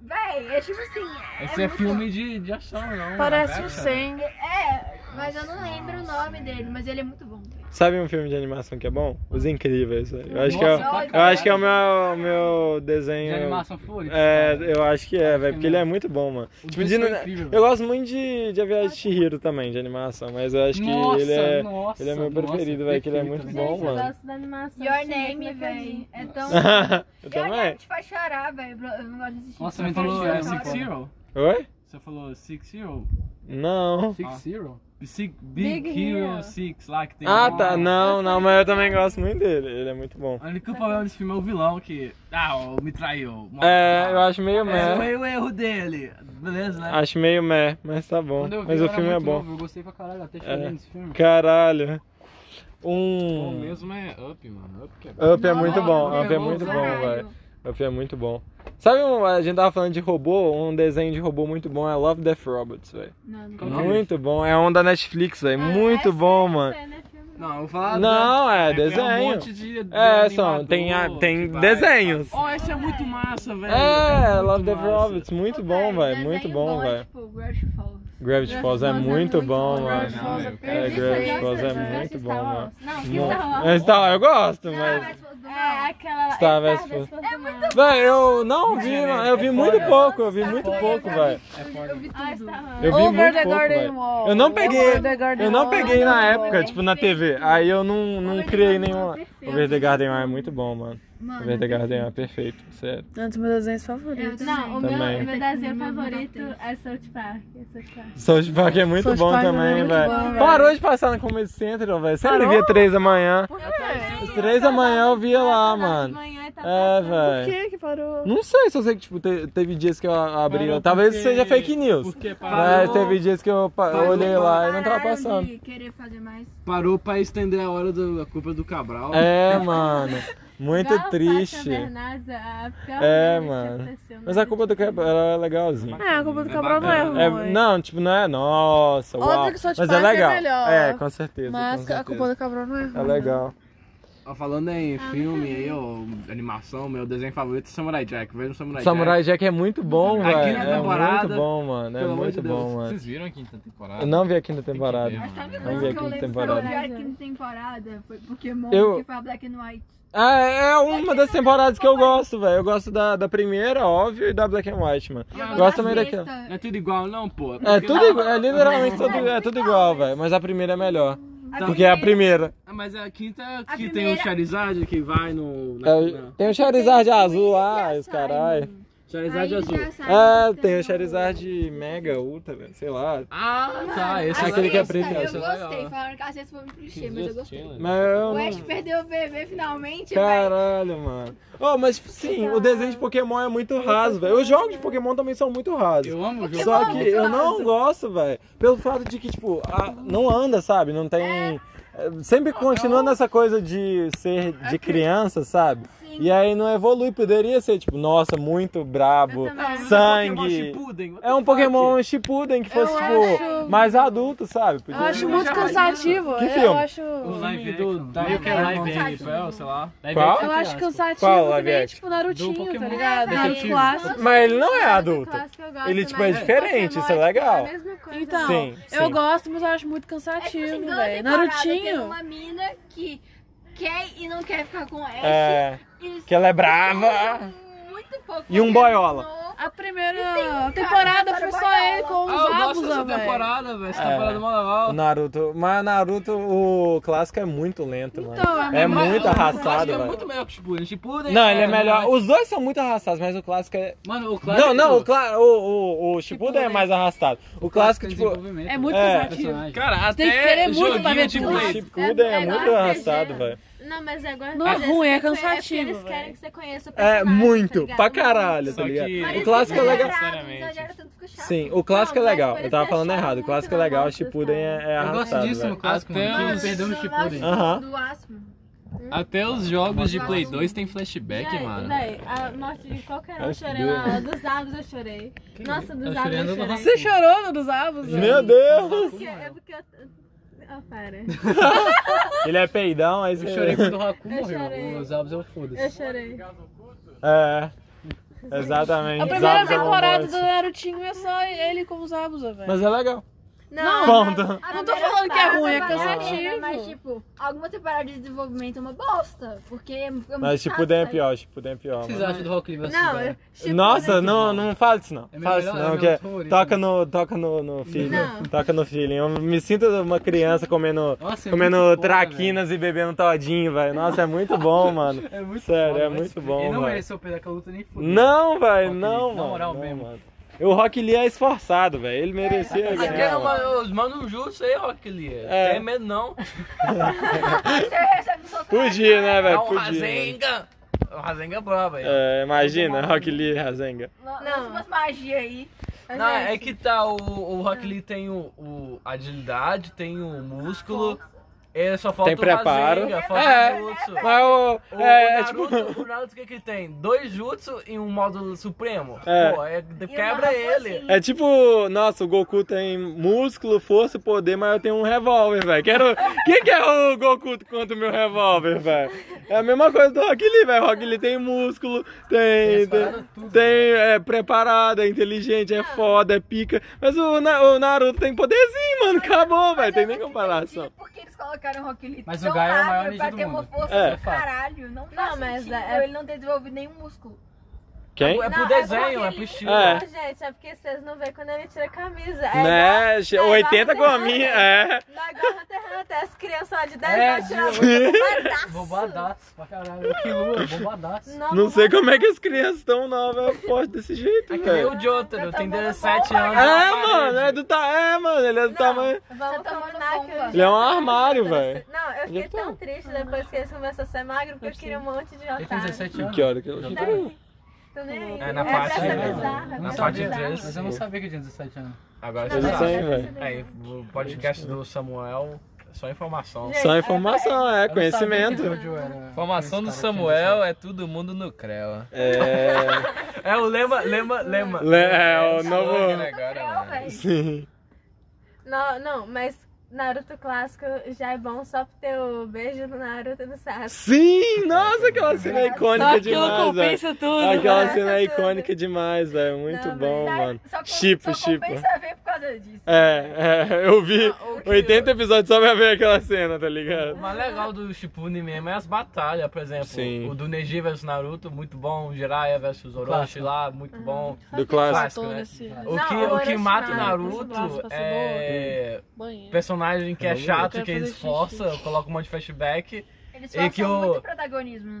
Speaker 4: Véi, é tipo assim.
Speaker 3: Esse é
Speaker 4: muito-
Speaker 3: filme de, de ação, não. né?
Speaker 4: Parece
Speaker 3: o
Speaker 4: o 100. É, mas eu não lembro o nome dele, mas ele é muito bom.
Speaker 6: Sabe um filme de animação que é bom? Os Incríveis, velho. Eu acho que é,
Speaker 7: Nossa, pra
Speaker 6: eu acho que é o
Speaker 7: caralho.
Speaker 6: meu, meu
Speaker 7: De
Speaker 6: desenho.
Speaker 7: animação fúria.
Speaker 6: É, eu acho que é, velho,
Speaker 7: que
Speaker 6: porque ele
Speaker 7: não.
Speaker 6: é muito bom, mano.
Speaker 3: O
Speaker 6: Tipo, de,
Speaker 3: texto é incrível,
Speaker 6: eu gosto muito de, de A Viagem de Chihiro também, de animação, mas eu acho que
Speaker 7: Nossa,
Speaker 6: ele é.
Speaker 7: nossa,
Speaker 6: ele é meu
Speaker 7: nossa,
Speaker 6: preferido, velho, que ele é muito
Speaker 7: perfeito,
Speaker 6: bom.
Speaker 2: Gente, eu
Speaker 6: mano.
Speaker 2: gosto da animação.
Speaker 4: Your
Speaker 2: Tinha que
Speaker 4: Name,
Speaker 2: ver
Speaker 4: véi.
Speaker 2: com a
Speaker 4: É tão.
Speaker 6: eu
Speaker 4: Your Name
Speaker 6: também.
Speaker 4: te faz chorar, velho. Eu não gosto de assistir.
Speaker 7: Nossa,
Speaker 3: Você
Speaker 7: me
Speaker 3: falou é,
Speaker 7: entrou
Speaker 3: Six Zero?
Speaker 6: Oi?
Speaker 3: Você falou Six Zero?
Speaker 6: Não.
Speaker 7: Six
Speaker 3: Ah.
Speaker 7: Zero?
Speaker 3: Six- Big,
Speaker 2: Big
Speaker 3: Hero
Speaker 2: Hero.
Speaker 3: 6 lá que tem.
Speaker 6: Ah,
Speaker 3: um-
Speaker 6: tá. Não, não, mas eu também gosto muito dele. Ele é muito bom.
Speaker 3: O único problema desse filme é o vilão que. Ah, ó, me traiu.
Speaker 6: É, eu acho meio
Speaker 3: Esse
Speaker 6: meh.
Speaker 3: foi o erro dele. Beleza, né?
Speaker 6: Acho meio meh, mas tá bom.
Speaker 7: Quando eu vi,
Speaker 6: Mas
Speaker 7: eu
Speaker 6: o
Speaker 7: era
Speaker 6: filme é
Speaker 7: muito
Speaker 6: bom.
Speaker 7: novo, eu gostei pra caralho, até chorei
Speaker 6: É.
Speaker 7: nesse filme.
Speaker 6: Caralho.
Speaker 3: O
Speaker 6: Um.
Speaker 3: mesmo é Up, mano. Up que é bom.
Speaker 6: Up é muito bom.
Speaker 7: Nossa,
Speaker 6: Up é
Speaker 7: bom
Speaker 6: muito bom,
Speaker 4: caralho.
Speaker 6: velho. Up é muito bom. Sabe, um, a gente tava falando de robô, um desenho de robô muito bom é Love Death Robots, velho.
Speaker 7: Qual que é
Speaker 6: Muito bom, é um da Netflix, velho. Muito bom, mano.
Speaker 2: É, né, filme?
Speaker 3: Não, eu vou falar.
Speaker 6: Não, é
Speaker 3: tem
Speaker 6: desenho.
Speaker 3: Um monte de
Speaker 6: É,
Speaker 3: de
Speaker 6: são, tem, a-
Speaker 3: animador
Speaker 6: tem
Speaker 3: que vai-
Speaker 6: desenhos.
Speaker 3: Oh, esse é muito massa, velho.
Speaker 6: É,
Speaker 3: muito
Speaker 6: Love Death
Speaker 3: massa.
Speaker 6: Robots, muito bom, velho. Muito bom, velho.
Speaker 4: Tipo, Gravity Falls.
Speaker 6: Gravity Falls é muito bom,
Speaker 4: Gravity
Speaker 6: mano.
Speaker 4: Falls é
Speaker 3: Não,
Speaker 6: É,
Speaker 4: perfeito.
Speaker 6: Gravity Falls é
Speaker 2: Nossa,
Speaker 6: muito
Speaker 2: Star
Speaker 6: bom,
Speaker 2: Wars.
Speaker 6: mano.
Speaker 2: Não, que
Speaker 4: é
Speaker 2: Star Wars.
Speaker 6: Não, Star Wars eu gosto, mas.
Speaker 2: É aquela.
Speaker 6: Star Wars
Speaker 2: Star Wars
Speaker 6: foi-
Speaker 4: É
Speaker 2: foi do mal.
Speaker 6: Velho, eu não vi, mano. Eu vi muito pouco, eu vi muito
Speaker 4: Wars,
Speaker 6: pouco,
Speaker 4: eu
Speaker 6: velho.
Speaker 7: É foda.
Speaker 2: Ah, Star Wars.
Speaker 6: Eu vi muito pouco, velho.
Speaker 4: Wall.
Speaker 6: Eu não peguei,
Speaker 4: Over the Garden
Speaker 6: eu não
Speaker 4: Wall.
Speaker 6: peguei na
Speaker 4: Over the
Speaker 6: época,
Speaker 4: Garden
Speaker 6: tipo, na TV. Aí eu não, não
Speaker 2: é
Speaker 6: criei nenhuma. O Verde Garden Wall é muito bom, mano. O Verde Garden Wall é perfeito, sério.
Speaker 4: É um dos meus desenhos favoritos.
Speaker 2: Não, o meu,
Speaker 6: Também.
Speaker 2: o meu desenho favorito é South Park. É South Park.
Speaker 6: South Park é muito
Speaker 4: South
Speaker 6: bom
Speaker 4: Park é
Speaker 6: também,
Speaker 4: muito bom,
Speaker 6: velho.
Speaker 4: velho.
Speaker 6: Parou de passar no Comedy Central, velho. Sério, eu via três da manhã. Três da manhã eu via lá, mano. É, velho.
Speaker 4: que parou?
Speaker 6: Não sei se eu sei que, tipo, te- teve dias que eu a- abri.
Speaker 3: Parou
Speaker 6: Talvez
Speaker 3: porque-
Speaker 6: seja fake news.
Speaker 3: Porque parou,
Speaker 6: Mas É, teve dias que eu pa-
Speaker 3: Parou,
Speaker 6: olhei
Speaker 3: parou.
Speaker 6: lá e não tava passando.
Speaker 4: querer fazer mais.
Speaker 3: parou pra estender a hora da culpa do Cabral.
Speaker 6: É, mano. Muito
Speaker 4: tá
Speaker 2: Igual
Speaker 6: triste.
Speaker 2: Fátima Bernardes, a pior
Speaker 6: É,
Speaker 2: merda que
Speaker 6: mano.
Speaker 2: aconteceu na
Speaker 6: Mas a
Speaker 2: vida.
Speaker 6: culpa do Cabral é legalzinha.
Speaker 4: É, a culpa do
Speaker 3: É
Speaker 4: Cabral não
Speaker 3: bacana.
Speaker 4: é
Speaker 6: É,
Speaker 4: ruim.
Speaker 6: não, tipo, não é nossa,
Speaker 4: Óbvio
Speaker 6: uau.
Speaker 4: que South
Speaker 6: mas é
Speaker 4: Park é
Speaker 6: legal.
Speaker 4: melhor.
Speaker 6: com certeza. com
Speaker 4: Mas a
Speaker 6: certeza.
Speaker 4: culpa do Cabral não é ruim.
Speaker 6: É legal.
Speaker 3: Ó, Falando em filme aí, ó, animação, meu desenho favorito é Samurai Jack. Vejam Samurai,
Speaker 6: Samurai Jack é muito bom,
Speaker 3: A
Speaker 6: velho.
Speaker 3: quinta
Speaker 6: É
Speaker 3: temporada,
Speaker 6: muito bom, mano.
Speaker 3: Jack.
Speaker 6: É
Speaker 3: Pelo amor
Speaker 6: muito
Speaker 3: de Deus.
Speaker 6: bom, mano.
Speaker 3: Vocês viram a quinta temporada?
Speaker 6: Eu não vi a quinta temporada.
Speaker 3: Tem que ver,
Speaker 4: Sabe
Speaker 3: mano.
Speaker 6: Vamos
Speaker 4: coisa
Speaker 6: ver
Speaker 4: que
Speaker 6: aqui
Speaker 4: eu
Speaker 6: que
Speaker 4: lembro
Speaker 6: temporada.
Speaker 4: que eu vi aqui na temporada? Foi Pokémon
Speaker 6: Eu-
Speaker 4: que foi a Black and White.
Speaker 6: Ah, é uma das temporadas que eu gosto, velho. Eu gosto da, da primeira, óbvio, e da Black and White, mano.
Speaker 4: Eu
Speaker 6: Gosto
Speaker 4: da
Speaker 6: também daquela.
Speaker 4: sexta.
Speaker 3: Não é tudo igual, não, pô.
Speaker 6: É tudo igual, é literalmente tudo, é tudo igual, velho. Mas a primeira é melhor. Porque é a primeira.
Speaker 3: Ah, Mas a quinta é que tem o
Speaker 4: primeira-
Speaker 3: Charizard que vai no. na-
Speaker 6: É, o-
Speaker 3: na-
Speaker 6: tem o Charizard
Speaker 4: Tem
Speaker 6: azul
Speaker 4: Luiz
Speaker 6: lá,
Speaker 4: e a
Speaker 6: os caralho.
Speaker 3: Charizard
Speaker 4: Aí
Speaker 3: azul.
Speaker 4: já sabe
Speaker 6: Ah,
Speaker 4: que
Speaker 6: tem o
Speaker 4: uma-
Speaker 6: Charizard Mega Ultra, velho, sei lá.
Speaker 3: Ah, tá. Esse
Speaker 8: A
Speaker 3: é
Speaker 6: aquele que é
Speaker 8: sexta,
Speaker 6: preto,
Speaker 8: Eu
Speaker 3: esse é legal.
Speaker 8: gostei, falaram que a sexta foi um clichê, mas eu gostei.
Speaker 6: Mas eu
Speaker 8: O
Speaker 6: não-
Speaker 8: Ash perdeu o bebê finalmente, vai.
Speaker 6: Caralho, mano. Oh, mas sim, o desenho de Pokémon é muito raso, velho. Os jogos de Pokémon também são muito rasos.
Speaker 7: Eu amo o jogo.
Speaker 6: Só
Speaker 8: bom,
Speaker 6: que
Speaker 8: muito
Speaker 6: eu não
Speaker 8: raso.
Speaker 6: gosto, velho. Pelo fato de que, tipo, a- não anda, sabe? Não tem. é, Sempre continua nessa coisa de ser de criança, sabe? E aí não evolui. Poderia ser, tipo, nossa, muito brabo.
Speaker 2: Eu também.
Speaker 6: Sangue.
Speaker 3: Shippuden, what
Speaker 6: É
Speaker 3: the
Speaker 6: um
Speaker 3: fuck?
Speaker 6: Pokémon Shippuden que fosse, tipo, mais adulto, sabe?
Speaker 9: Eu
Speaker 6: Podia-
Speaker 9: acho muito cansativo.
Speaker 6: Que
Speaker 9: eu
Speaker 6: filme?
Speaker 9: acho.
Speaker 3: O
Speaker 7: Live
Speaker 3: filme
Speaker 7: action.
Speaker 3: do da
Speaker 7: Eu quero
Speaker 3: Dragon
Speaker 7: live action.
Speaker 3: Ball, sei lá.
Speaker 6: Qual?
Speaker 9: Eu acho cansativo,
Speaker 6: Qual
Speaker 9: que
Speaker 6: live
Speaker 9: nem
Speaker 6: action?
Speaker 9: tipo
Speaker 7: Do
Speaker 9: Narutinho, tá
Speaker 7: Pokémon.
Speaker 9: ligado? Naruto
Speaker 7: Detetive.
Speaker 9: clássico.
Speaker 6: Mas ele não é adulto.
Speaker 2: Clássico eu gosto,
Speaker 6: Ele, tipo,
Speaker 2: mas
Speaker 6: é diferente, isso é
Speaker 2: Pokémon, acho que
Speaker 6: legal.
Speaker 2: É a mesma coisa.
Speaker 9: Então,
Speaker 6: Sim,
Speaker 9: eu
Speaker 6: sim.
Speaker 9: gosto, mas eu acho muito
Speaker 4: É tipo
Speaker 9: cansativo,
Speaker 4: assim, toda
Speaker 9: velho.
Speaker 4: temporada Tem
Speaker 9: Narutinho.
Speaker 4: uma mina que quer e não quer ficar com o Ash.
Speaker 6: É,
Speaker 4: e
Speaker 6: que ela é brava.
Speaker 4: Muito pouco.
Speaker 6: E
Speaker 4: Pokémon.
Speaker 6: um boiola.
Speaker 9: A
Speaker 4: Tem um
Speaker 9: primeira
Speaker 4: cara
Speaker 9: temporada
Speaker 4: que
Speaker 9: foi só
Speaker 4: trabalha
Speaker 9: ele
Speaker 4: lá.
Speaker 9: com os
Speaker 3: Ah, eu gosto
Speaker 9: Abusa,
Speaker 3: dessa
Speaker 9: velho.
Speaker 3: temporada, velho. Essa
Speaker 6: É.
Speaker 3: temporada é mó
Speaker 6: O
Speaker 3: legal.
Speaker 6: Naruto. Mas Naruto, o clássico é muito lento, mano.
Speaker 9: Então,
Speaker 6: É
Speaker 9: é muito.
Speaker 6: muito arrastado,
Speaker 3: O clássico
Speaker 6: velho.
Speaker 3: é muito melhor que o Shippuden. Shippuden
Speaker 6: Não, ele é melhor.
Speaker 3: mais-
Speaker 6: Os dois são muito arrastados, mas o clássico é.
Speaker 3: Mano, o clássico... é
Speaker 6: Não, não, o, cla... o, o, o Shippuden é mais arrastado. O clássico, tipo.
Speaker 9: É muito
Speaker 6: É.
Speaker 9: cansativo.
Speaker 3: né? Cara, até
Speaker 9: Tem que querer muito
Speaker 3: joguinho
Speaker 9: pra ver
Speaker 3: de
Speaker 9: tudo.
Speaker 6: O
Speaker 3: Play.
Speaker 6: Shippuden é
Speaker 2: É
Speaker 6: muito
Speaker 2: igual
Speaker 6: arrastado,
Speaker 2: RPG.
Speaker 6: velho.
Speaker 2: Não, mas agora...
Speaker 9: Não é ruim, é
Speaker 4: porque
Speaker 9: cansativo.
Speaker 4: eles querem
Speaker 9: velho.
Speaker 4: que você conheça o
Speaker 6: É,
Speaker 4: personagem.
Speaker 6: muito.
Speaker 4: tá
Speaker 6: Pra
Speaker 4: ligado?
Speaker 6: caralho,
Speaker 3: Só
Speaker 6: tá ligado?
Speaker 3: que-
Speaker 4: Mas
Speaker 6: O
Speaker 4: eles
Speaker 6: clássico é legal.
Speaker 4: exageram,
Speaker 3: Sinceramente.
Speaker 4: exageram tanto, fica chato.
Speaker 6: Sim, o clássico é
Speaker 4: Não, mas
Speaker 6: legal.
Speaker 4: por
Speaker 6: Eu tava
Speaker 4: isso
Speaker 6: falando
Speaker 4: é chato,
Speaker 6: errado. O
Speaker 4: muito
Speaker 6: clássico é
Speaker 4: na
Speaker 6: legal, o
Speaker 4: mão, você
Speaker 6: Shippuden é, é
Speaker 7: Eu gosto
Speaker 6: arrastado.
Speaker 7: disso no
Speaker 6: velho.
Speaker 7: clássico,
Speaker 3: Até
Speaker 7: não
Speaker 3: os-
Speaker 7: perdeu no Shippuden.
Speaker 4: personagem
Speaker 6: Aham.
Speaker 4: Do Asma.
Speaker 3: Até os jogos de Play
Speaker 4: Nossa.
Speaker 3: 2 tem
Speaker 9: É
Speaker 3: flashback,
Speaker 2: Véi,
Speaker 3: mano.
Speaker 2: véi, a morte de qualquer um eu chorei
Speaker 6: Deus.
Speaker 2: lá. Dos Abos eu chorei. Nossa, dos
Speaker 7: Eu
Speaker 2: Abos
Speaker 7: chorei
Speaker 2: eu
Speaker 7: no
Speaker 2: chorei.
Speaker 7: Nossa.
Speaker 9: Você chorou no dos Abusa?
Speaker 6: Meu Deus!
Speaker 2: É porque- É porque eu... Ah, para.
Speaker 6: Ele é peidão, aí você.
Speaker 7: Eu chorei quando o Haku
Speaker 2: Eu
Speaker 7: morreu.
Speaker 2: chorei.
Speaker 7: Os alvos eu foda-se.
Speaker 2: Eu chorei.
Speaker 6: É. Exatamente.
Speaker 9: A primeira
Speaker 6: Zabuza é um
Speaker 9: temporada do
Speaker 6: monstro.
Speaker 9: Narutinho é só ele com os Abusa, velho.
Speaker 6: Mas é legal.
Speaker 4: Não,
Speaker 6: Ponto.
Speaker 2: Ah,
Speaker 4: a
Speaker 9: Não tô
Speaker 4: primeira
Speaker 9: falando que é ruim,
Speaker 4: temporada vale
Speaker 9: é
Speaker 4: a pena,
Speaker 9: cansativo.
Speaker 4: Mas, tipo, alguma temporada de desenvolvimento é uma bosta. Porque é muito
Speaker 6: Mas
Speaker 4: chato,
Speaker 6: Shippuden é
Speaker 4: sabe?
Speaker 6: pior, Shippuden é pior.
Speaker 7: O que vocês
Speaker 6: mano.
Speaker 7: acham do Rock Lee versus
Speaker 2: Não,
Speaker 7: Bell?
Speaker 2: eu- tipo,
Speaker 6: Nossa,
Speaker 3: né?
Speaker 6: não, é não fala isso não.
Speaker 7: É meu
Speaker 6: fala isso
Speaker 7: melhor- é
Speaker 6: não,
Speaker 7: meu
Speaker 6: que é-
Speaker 7: favorito.
Speaker 6: toca no, toca no, no filho. Toca no filho. Eu me sinto uma criança comendo,
Speaker 7: Nossa, é
Speaker 6: comendo
Speaker 7: muito foda,
Speaker 6: traquinas e bebendo todinho, velho. Nossa, é muito bom, mano.
Speaker 7: É muito
Speaker 6: Sério,
Speaker 7: foda,
Speaker 6: é
Speaker 7: vai
Speaker 6: muito
Speaker 7: se fuder.
Speaker 6: bom,
Speaker 7: Ele não
Speaker 6: velho.
Speaker 7: mereceu perder aquela luta nem fudeu.
Speaker 6: Não, velho,
Speaker 7: Rock
Speaker 6: não,
Speaker 7: Lee,
Speaker 6: mano.
Speaker 7: na moral
Speaker 6: não,
Speaker 7: mesmo.
Speaker 6: mano. O Rock Lee é esforçado, velho. Ele merecia ganhar.
Speaker 3: Aquela,
Speaker 6: mano.
Speaker 3: mano, é os mano justo aí, ó, que ele é.
Speaker 6: É.
Speaker 3: Tem medo não.
Speaker 6: Podia, né,
Speaker 3: É
Speaker 6: velho?
Speaker 3: um
Speaker 6: Podia. mano.
Speaker 3: Rasenga. Um Rasenga brabo aí.
Speaker 6: É, imagina, Rock Lee e Rasenga.
Speaker 4: Não, umas magia aí.
Speaker 3: Não, é que tá, o, o Rock Lee tem o, o agilidade, tem o músculo, é, só falta
Speaker 6: Tem preparo.
Speaker 3: o Rasenga, falta
Speaker 6: É.
Speaker 3: o jutsu.
Speaker 6: Mas o.
Speaker 3: O,
Speaker 6: é,
Speaker 3: o
Speaker 6: é, tipo.
Speaker 3: Naruto, o Naruto, o que que tem? Dois jutsu e um módulo supremo.
Speaker 6: É.
Speaker 3: Pô, é- quebra ele.
Speaker 6: É tipo, nossa, o Goku tem músculo, força, e poder, mas eu tenho um revólver, velho. Quero. Quem que é o Goku contra o meu revólver, velho? É a mesma coisa do Rock Lee, velho. Rock Lee tem músculo, tem. Tem, tem-
Speaker 3: né?
Speaker 6: é preparado, é inteligente, é foda, é pica. Mas o, Na- o Naruto tem poderzinho, mano. Acabou, velho.
Speaker 4: é
Speaker 6: Tem nem comparação.
Speaker 4: Porque eles colocaram o Rock Lee
Speaker 7: Mas o
Speaker 4: tão
Speaker 7: Gaio é o maior
Speaker 4: magro
Speaker 7: ninja
Speaker 4: pra
Speaker 7: do
Speaker 4: ter uma
Speaker 7: mundo.
Speaker 4: força
Speaker 6: É.
Speaker 4: do caralho. Não, faz
Speaker 2: Não, mas
Speaker 4: sentido
Speaker 2: é-
Speaker 4: ele não ter desenvolvido nenhum músculo.
Speaker 6: Quem?
Speaker 3: É pro
Speaker 2: Não,
Speaker 3: desenho,
Speaker 2: porque
Speaker 3: é pro
Speaker 2: ele-
Speaker 3: estilo.
Speaker 6: É.
Speaker 2: Não, gente, é porque vocês não veem quando ele tira a camisa. É
Speaker 6: Né? che-
Speaker 2: igual
Speaker 6: 80 com a
Speaker 2: Hunter x
Speaker 6: minha.
Speaker 2: Hunter.
Speaker 6: É.
Speaker 2: Não, é igual Hunter x Hunter. As crianças lá de 10
Speaker 7: É,
Speaker 2: anos um tiram a
Speaker 7: de-
Speaker 2: bunda bombadaço.
Speaker 7: Bobadaço pra caralho. Que lua, bobadaço.
Speaker 2: Não,
Speaker 6: Não sei como é que as crianças estão novas, fortes desse jeito,
Speaker 3: É que nem
Speaker 6: velho.
Speaker 3: o Jotaro, tem
Speaker 4: tomando
Speaker 3: 17
Speaker 4: bomba,
Speaker 3: anos.
Speaker 6: É,
Speaker 3: na
Speaker 6: mano, é
Speaker 3: parede.
Speaker 6: do ta... É, mano, ele é do tamanho.
Speaker 2: Vamos
Speaker 4: Tá tomando
Speaker 2: combinar que
Speaker 4: bomba.
Speaker 2: o
Speaker 6: Ele é um
Speaker 2: Jotaro-
Speaker 6: armário, velho.
Speaker 2: Não, eu fiquei
Speaker 6: Ele tá-
Speaker 2: tão triste depois que eles começaram a ser magro porque eu queria um monte de
Speaker 7: Ele tem
Speaker 2: otário.
Speaker 7: 17 anos.
Speaker 6: Que hora que eu que
Speaker 2: Daí, Tô nem aí.
Speaker 3: É na
Speaker 2: pra
Speaker 3: parte,
Speaker 2: ser
Speaker 3: né?
Speaker 2: bizarra, pra
Speaker 3: Na
Speaker 2: ser
Speaker 3: parte de
Speaker 2: bizarra.
Speaker 3: três.
Speaker 7: Mas eu não sabia que tinha 17 anos.
Speaker 6: É
Speaker 3: Agora
Speaker 6: Eu
Speaker 3: você
Speaker 6: não
Speaker 3: sabe.
Speaker 6: sei, Tá velho.
Speaker 3: Aí, o podcast do Samuel é só informação.
Speaker 6: Só informação, é
Speaker 7: Eu não sabia
Speaker 6: conhecimento.
Speaker 7: que o Jojo era-
Speaker 10: Formação do
Speaker 3: Tá
Speaker 7: esse cara que tinha
Speaker 10: Samuel é todo mundo no Creu.
Speaker 6: É.
Speaker 3: É o Lema, Lema, Lema.
Speaker 6: le- É o novo.
Speaker 10: Agora, né, mano.
Speaker 6: Sim.
Speaker 2: Não, não, mas Naruto clássico já é bom só pra ter o beijo do Naruto e do Sasuke.
Speaker 6: Sim, nossa, aquela cena é
Speaker 9: Só
Speaker 6: icônica
Speaker 9: aquilo
Speaker 6: demais, velho.
Speaker 9: compensa tudo.
Speaker 6: Aquela
Speaker 9: velho.
Speaker 6: cena é icônica demais, velho. Muito
Speaker 2: Não,
Speaker 6: bom,
Speaker 4: Tá?
Speaker 6: mano.
Speaker 4: Só com-
Speaker 6: Chipo,
Speaker 4: só
Speaker 6: chipo.
Speaker 4: compensa ver por causa nada disso.
Speaker 6: É, é, eu vi
Speaker 3: Ah, o que-
Speaker 6: 80 episódios só pra ver aquela cena, tá ligado?
Speaker 3: O mais legal do Shippuden mesmo é as batalhas, por exemplo.
Speaker 6: Sim.
Speaker 3: O do Neji versus Naruto, muito bom. O Jiraiya versus Orochi
Speaker 7: Clássico.
Speaker 3: lá, muito bom.
Speaker 6: Do clássico.
Speaker 3: Clássico, né? O
Speaker 4: Uhum. Não,
Speaker 3: que,
Speaker 4: o
Speaker 3: o que
Speaker 4: Orochi
Speaker 3: mata o
Speaker 4: mata,
Speaker 3: Naruto
Speaker 9: passa o braço, passa
Speaker 3: é
Speaker 9: Banheiro.
Speaker 3: personagem que é chato, que eles forçam, coloca um monte de flashback.
Speaker 4: Eles
Speaker 3: E que
Speaker 4: forçam
Speaker 3: o-
Speaker 4: muito protagonismo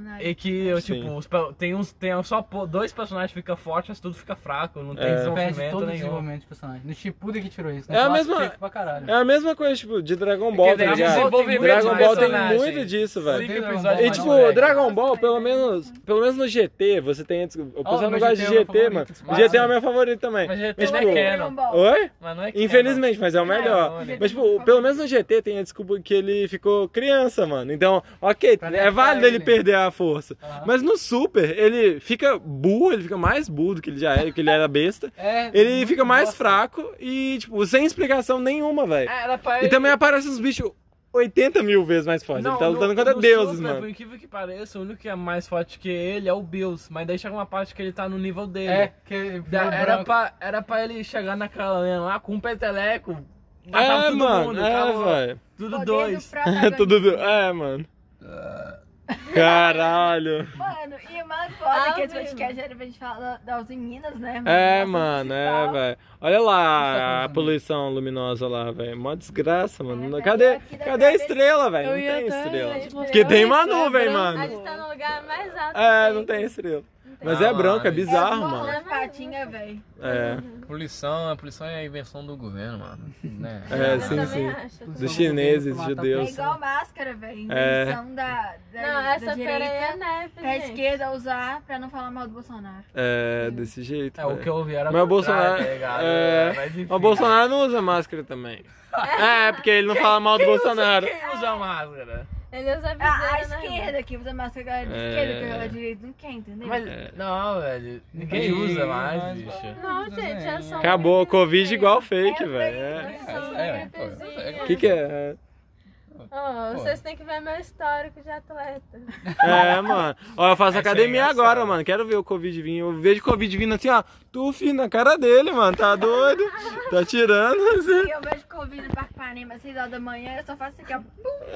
Speaker 2: né?
Speaker 4: na
Speaker 3: E que, eu,
Speaker 6: Sim.
Speaker 3: tipo, os pe- tem, uns, tem só po- dois personagens que ficam fortes, tudo fica fraco, não tem
Speaker 6: É.
Speaker 7: Perde
Speaker 3: desenvolvimento
Speaker 7: todo o
Speaker 3: nenhum.
Speaker 7: desenvolvimento de personagem. No Shippuden que tirou isso.
Speaker 6: É a
Speaker 7: clássico
Speaker 6: mesma-
Speaker 7: teve Pra caralho.
Speaker 6: É a mesma coisa, tipo, de Dragon
Speaker 3: Porque
Speaker 6: Ball, tá
Speaker 3: Dragon Ball
Speaker 6: ligado?
Speaker 3: tem muito
Speaker 6: Dragon Ball tem
Speaker 3: personagem.
Speaker 6: muito
Speaker 10: é
Speaker 6: disso, velho.
Speaker 3: Cinco
Speaker 7: Dragon
Speaker 3: episódios
Speaker 7: Ball.
Speaker 6: E
Speaker 3: de
Speaker 6: tipo,
Speaker 3: flashback.
Speaker 6: Dragon Ball, pelo menos, pelo menos no GT, você tem. O pessoal
Speaker 7: meu
Speaker 6: não gosta de
Speaker 7: GT é o meu
Speaker 6: GT, mano.
Speaker 7: favorito,
Speaker 6: GT é o meu favorito também.
Speaker 3: Mas
Speaker 6: Mas,
Speaker 3: GT não
Speaker 6: tipo,
Speaker 3: é canon.
Speaker 6: Oi?
Speaker 3: Mas não é canon.
Speaker 6: Infelizmente, mas é o melhor.
Speaker 3: olha.
Speaker 6: Mas,
Speaker 2: é,
Speaker 6: tipo, pelo menos no GT tem a desculpa que ele ficou criança, mano. Então, ok,
Speaker 7: Pra
Speaker 6: é válido ele
Speaker 7: ele.
Speaker 6: perder a força.
Speaker 7: Aham.
Speaker 6: Mas no Super, ele fica burro, ele fica mais burro do que ele já era, que ele era besta.
Speaker 7: É,
Speaker 6: Ele
Speaker 7: muito
Speaker 6: fica mais
Speaker 7: bosta.
Speaker 6: fraco e, tipo, sem explicação nenhuma, velho.
Speaker 3: É, Era pra
Speaker 6: E também aparecem uns bichos 80 mil vezes mais fortes. Ele tá
Speaker 3: no-
Speaker 6: lutando contra
Speaker 3: no
Speaker 6: deuses,
Speaker 3: Super, Por
Speaker 6: mano.
Speaker 3: incrível que pareça, o único que é mais forte que ele é o Bills. Mas daí chega uma parte que ele tá no nível dele.
Speaker 7: É, que
Speaker 3: Da-
Speaker 7: vira
Speaker 3: era,
Speaker 7: branco.
Speaker 3: pra, era pra ele chegar naquela linha lá com um peteleco, matava
Speaker 6: é,
Speaker 3: todo
Speaker 6: mano,
Speaker 3: mundo, acabou.
Speaker 6: é, velho.
Speaker 3: tudo dois.
Speaker 6: Tudo. do- É, mano. Caralho.
Speaker 4: Mano, e o mais foda é que esse
Speaker 2: Alves.
Speaker 4: podcast era pra gente falar das meninas, né? mano?
Speaker 6: É,
Speaker 4: Nossa,
Speaker 6: mano, é,
Speaker 4: principal.
Speaker 6: velho. Olha lá a
Speaker 7: Isso tá
Speaker 6: poluição luminosa lá, velho. Mó desgraça, mano.
Speaker 4: velho,
Speaker 6: cadê
Speaker 4: aqui dá
Speaker 6: cadê
Speaker 4: pra
Speaker 6: a
Speaker 4: ver-
Speaker 6: estrela, velho?
Speaker 9: Eu
Speaker 6: Não
Speaker 9: ia
Speaker 6: tem
Speaker 9: até-
Speaker 6: estrela.
Speaker 9: tipo,
Speaker 6: Porque
Speaker 9: eu
Speaker 6: tem
Speaker 9: ia
Speaker 6: uma
Speaker 9: até
Speaker 6: nuvem,
Speaker 9: branco.
Speaker 6: mano.
Speaker 2: A gente tá no lugar mais alto.
Speaker 6: É,
Speaker 2: que
Speaker 6: não tem estrela. Mas
Speaker 3: Não,
Speaker 6: é branco, é
Speaker 10: mano.
Speaker 6: bizarro,
Speaker 4: é
Speaker 6: mano.
Speaker 4: É patinha, velho.
Speaker 6: É,
Speaker 10: Poluição, a poluição é a invenção do governo, mano. Né?
Speaker 6: é,
Speaker 2: Eu
Speaker 6: sim,
Speaker 2: também
Speaker 6: sim.
Speaker 2: acho.
Speaker 6: Dos chineses,
Speaker 7: Matar
Speaker 4: É
Speaker 6: judeus.
Speaker 4: igual máscara, velho.
Speaker 6: É.
Speaker 4: Invenção da, da,
Speaker 2: Não,
Speaker 4: da
Speaker 2: essa pera aí
Speaker 4: direita
Speaker 2: é neve,
Speaker 4: pra
Speaker 2: gente.
Speaker 4: esquerda usar pra não falar mal do Bolsonaro.
Speaker 6: É, desse jeito.
Speaker 3: É, o
Speaker 6: velho.
Speaker 3: que eu ouvi era
Speaker 6: Mas o
Speaker 3: ao contrário,
Speaker 6: Bolsonaro-
Speaker 3: tá ligado?
Speaker 6: é,
Speaker 3: Mas enfim.
Speaker 6: Mas o Bolsonaro não usa máscara também. É, porque ele não fala mal do Bolsonaro.
Speaker 3: Quem usa máscara?
Speaker 2: Ele usa
Speaker 4: A, Ah, a
Speaker 2: viseira, né?
Speaker 4: esquerda que usa máscara, a galera de
Speaker 6: É.
Speaker 4: esquerda, que a galera de direita não quer, entendeu?
Speaker 3: Mas, não, velho. Ninguém
Speaker 7: Ninguém
Speaker 3: usa
Speaker 7: usa
Speaker 3: mais,
Speaker 7: mais,
Speaker 3: bicho.
Speaker 2: Não, gente, é só um
Speaker 6: Acabou,
Speaker 2: gripezinho.
Speaker 6: Covid igual fake, velho. É.
Speaker 2: É só um
Speaker 10: É, pô,
Speaker 2: gripezinho.
Speaker 6: O que que é?
Speaker 2: Ó, vocês têm que ver meu histórico de atleta.
Speaker 6: É, mano. Ó, eu
Speaker 3: Essa
Speaker 6: faço
Speaker 3: é
Speaker 6: academia
Speaker 3: engraçada.
Speaker 6: agora, mano. Quero ver o Covid vindo. Eu vejo o Covid vindo assim, ó. Tuf, na cara dele, mano. Tá doido? Tá tirando. assim.
Speaker 4: E eu vejo Covid no Parque Panema às 6 horas da manhã, eu só faço isso aqui, ó.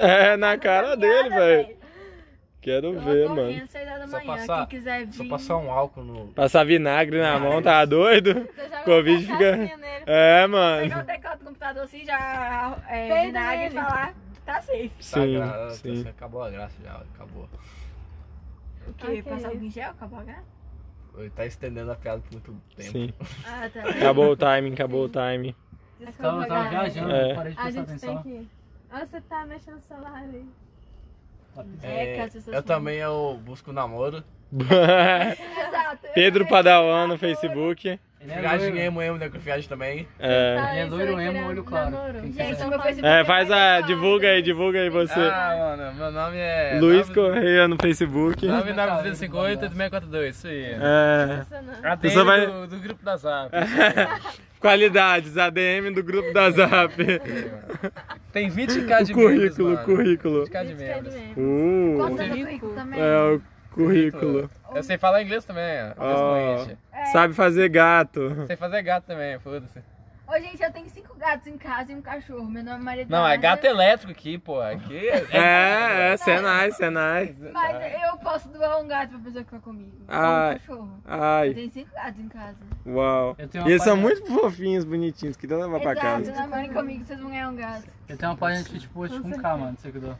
Speaker 6: É, na cara dele, velho. Quero
Speaker 4: Eu
Speaker 6: ver,
Speaker 4: tô
Speaker 6: mano.
Speaker 4: correndo 6 horas da
Speaker 3: Só
Speaker 4: manhã,
Speaker 3: passar-
Speaker 4: quem quiser
Speaker 3: Só
Speaker 4: vir.
Speaker 3: passar um álcool no.
Speaker 6: Passar vinagre na mão, tá doido?
Speaker 2: Você joga
Speaker 6: Covid
Speaker 2: uma
Speaker 6: fica-
Speaker 2: cachaçinha nele.
Speaker 6: É,
Speaker 4: Pegar o
Speaker 6: mano.
Speaker 4: teclado do computador assim, já
Speaker 2: Peido
Speaker 4: é, vinagre e
Speaker 2: nele.
Speaker 4: falar, tá safe.
Speaker 6: Sim,
Speaker 3: sagrado,
Speaker 6: sim.
Speaker 3: ah, assim, Acabou a graça já, acabou.
Speaker 4: O quê?
Speaker 2: Ok.
Speaker 4: Passar algum gel? Acabou a graça?
Speaker 3: Ele tá estendendo a piada por muito tempo.
Speaker 6: Sim.
Speaker 4: Ah, tá.
Speaker 6: Acabou o timing, acabou o timing.
Speaker 7: Tava,
Speaker 2: Desculpa,
Speaker 7: tava
Speaker 2: galera.
Speaker 7: viajando,
Speaker 6: É.
Speaker 7: parei de
Speaker 2: A
Speaker 7: prestar
Speaker 2: gente tem
Speaker 7: atenção.
Speaker 2: que ir. Ah, Você tá mexendo no celular aí.
Speaker 4: É,
Speaker 3: É,
Speaker 4: cara, vocês
Speaker 3: eu
Speaker 4: são-
Speaker 3: também eu busco namoro.
Speaker 4: Exato.
Speaker 6: Pedro Padawan no Facebook.
Speaker 7: Ele é
Speaker 3: Viagem
Speaker 7: loiro.
Speaker 3: emo, emo da viagem também.
Speaker 6: É,
Speaker 2: Tá
Speaker 7: Ele é
Speaker 2: aí, será
Speaker 7: loiro,
Speaker 2: que ele
Speaker 7: emo,
Speaker 2: é
Speaker 7: olho claro.
Speaker 2: namoro?
Speaker 7: Quem
Speaker 4: Gente,
Speaker 7: quiser.
Speaker 4: no meu Facebook.
Speaker 6: É, faz a.
Speaker 4: vai ter
Speaker 6: Divulga aí,
Speaker 4: foto.
Speaker 6: divulga aí você.
Speaker 10: Ah, mano, meu nome é.
Speaker 6: Luiz
Speaker 10: 9-
Speaker 3: um-
Speaker 6: Correia no Facebook.
Speaker 10: 99358-8642, isso aí.
Speaker 6: É.
Speaker 2: Sensacional.
Speaker 10: ADM
Speaker 6: Você vai- É.
Speaker 10: do, do grupo da Zap.
Speaker 6: Qualidades, ADM do grupo da Zap.
Speaker 10: Tem 20k de membros,
Speaker 6: currículo,
Speaker 10: mano.
Speaker 6: currículo.
Speaker 10: 20k de membros.
Speaker 6: Uh,
Speaker 4: Conta no Facebook também.
Speaker 6: é o currículo.
Speaker 10: Eu sei falar inglês também, ó.
Speaker 6: Ó.
Speaker 10: correspondente.
Speaker 4: É.
Speaker 6: Sabe fazer gato.
Speaker 10: Sei fazer gato também, foda-se.
Speaker 4: Ô, gente, eu tenho cinco gatos em casa e um cachorro. Meu nome é Maria
Speaker 10: Não, é
Speaker 4: Eduarda,
Speaker 10: gato elétrico aqui, pô. Aqui
Speaker 6: É, é, Senai, Senai.
Speaker 4: Mas eu posso doar um gato pra pessoa ficar comigo. Ou
Speaker 6: Ah.
Speaker 4: Um cachorro. Eu
Speaker 6: Ai,
Speaker 4: tenho cinco gatos em casa.
Speaker 6: uau.
Speaker 7: Eu tenho
Speaker 6: E
Speaker 7: uma
Speaker 6: eles são
Speaker 7: página-
Speaker 6: muito fofinhos, bonitinhos, que dá levar pra
Speaker 4: Exato,
Speaker 6: casa.
Speaker 4: namorem comigo, vocês vão ganhar um gato.
Speaker 7: Eu tenho uma página de tipo, tipo um K, mano, de seguidor.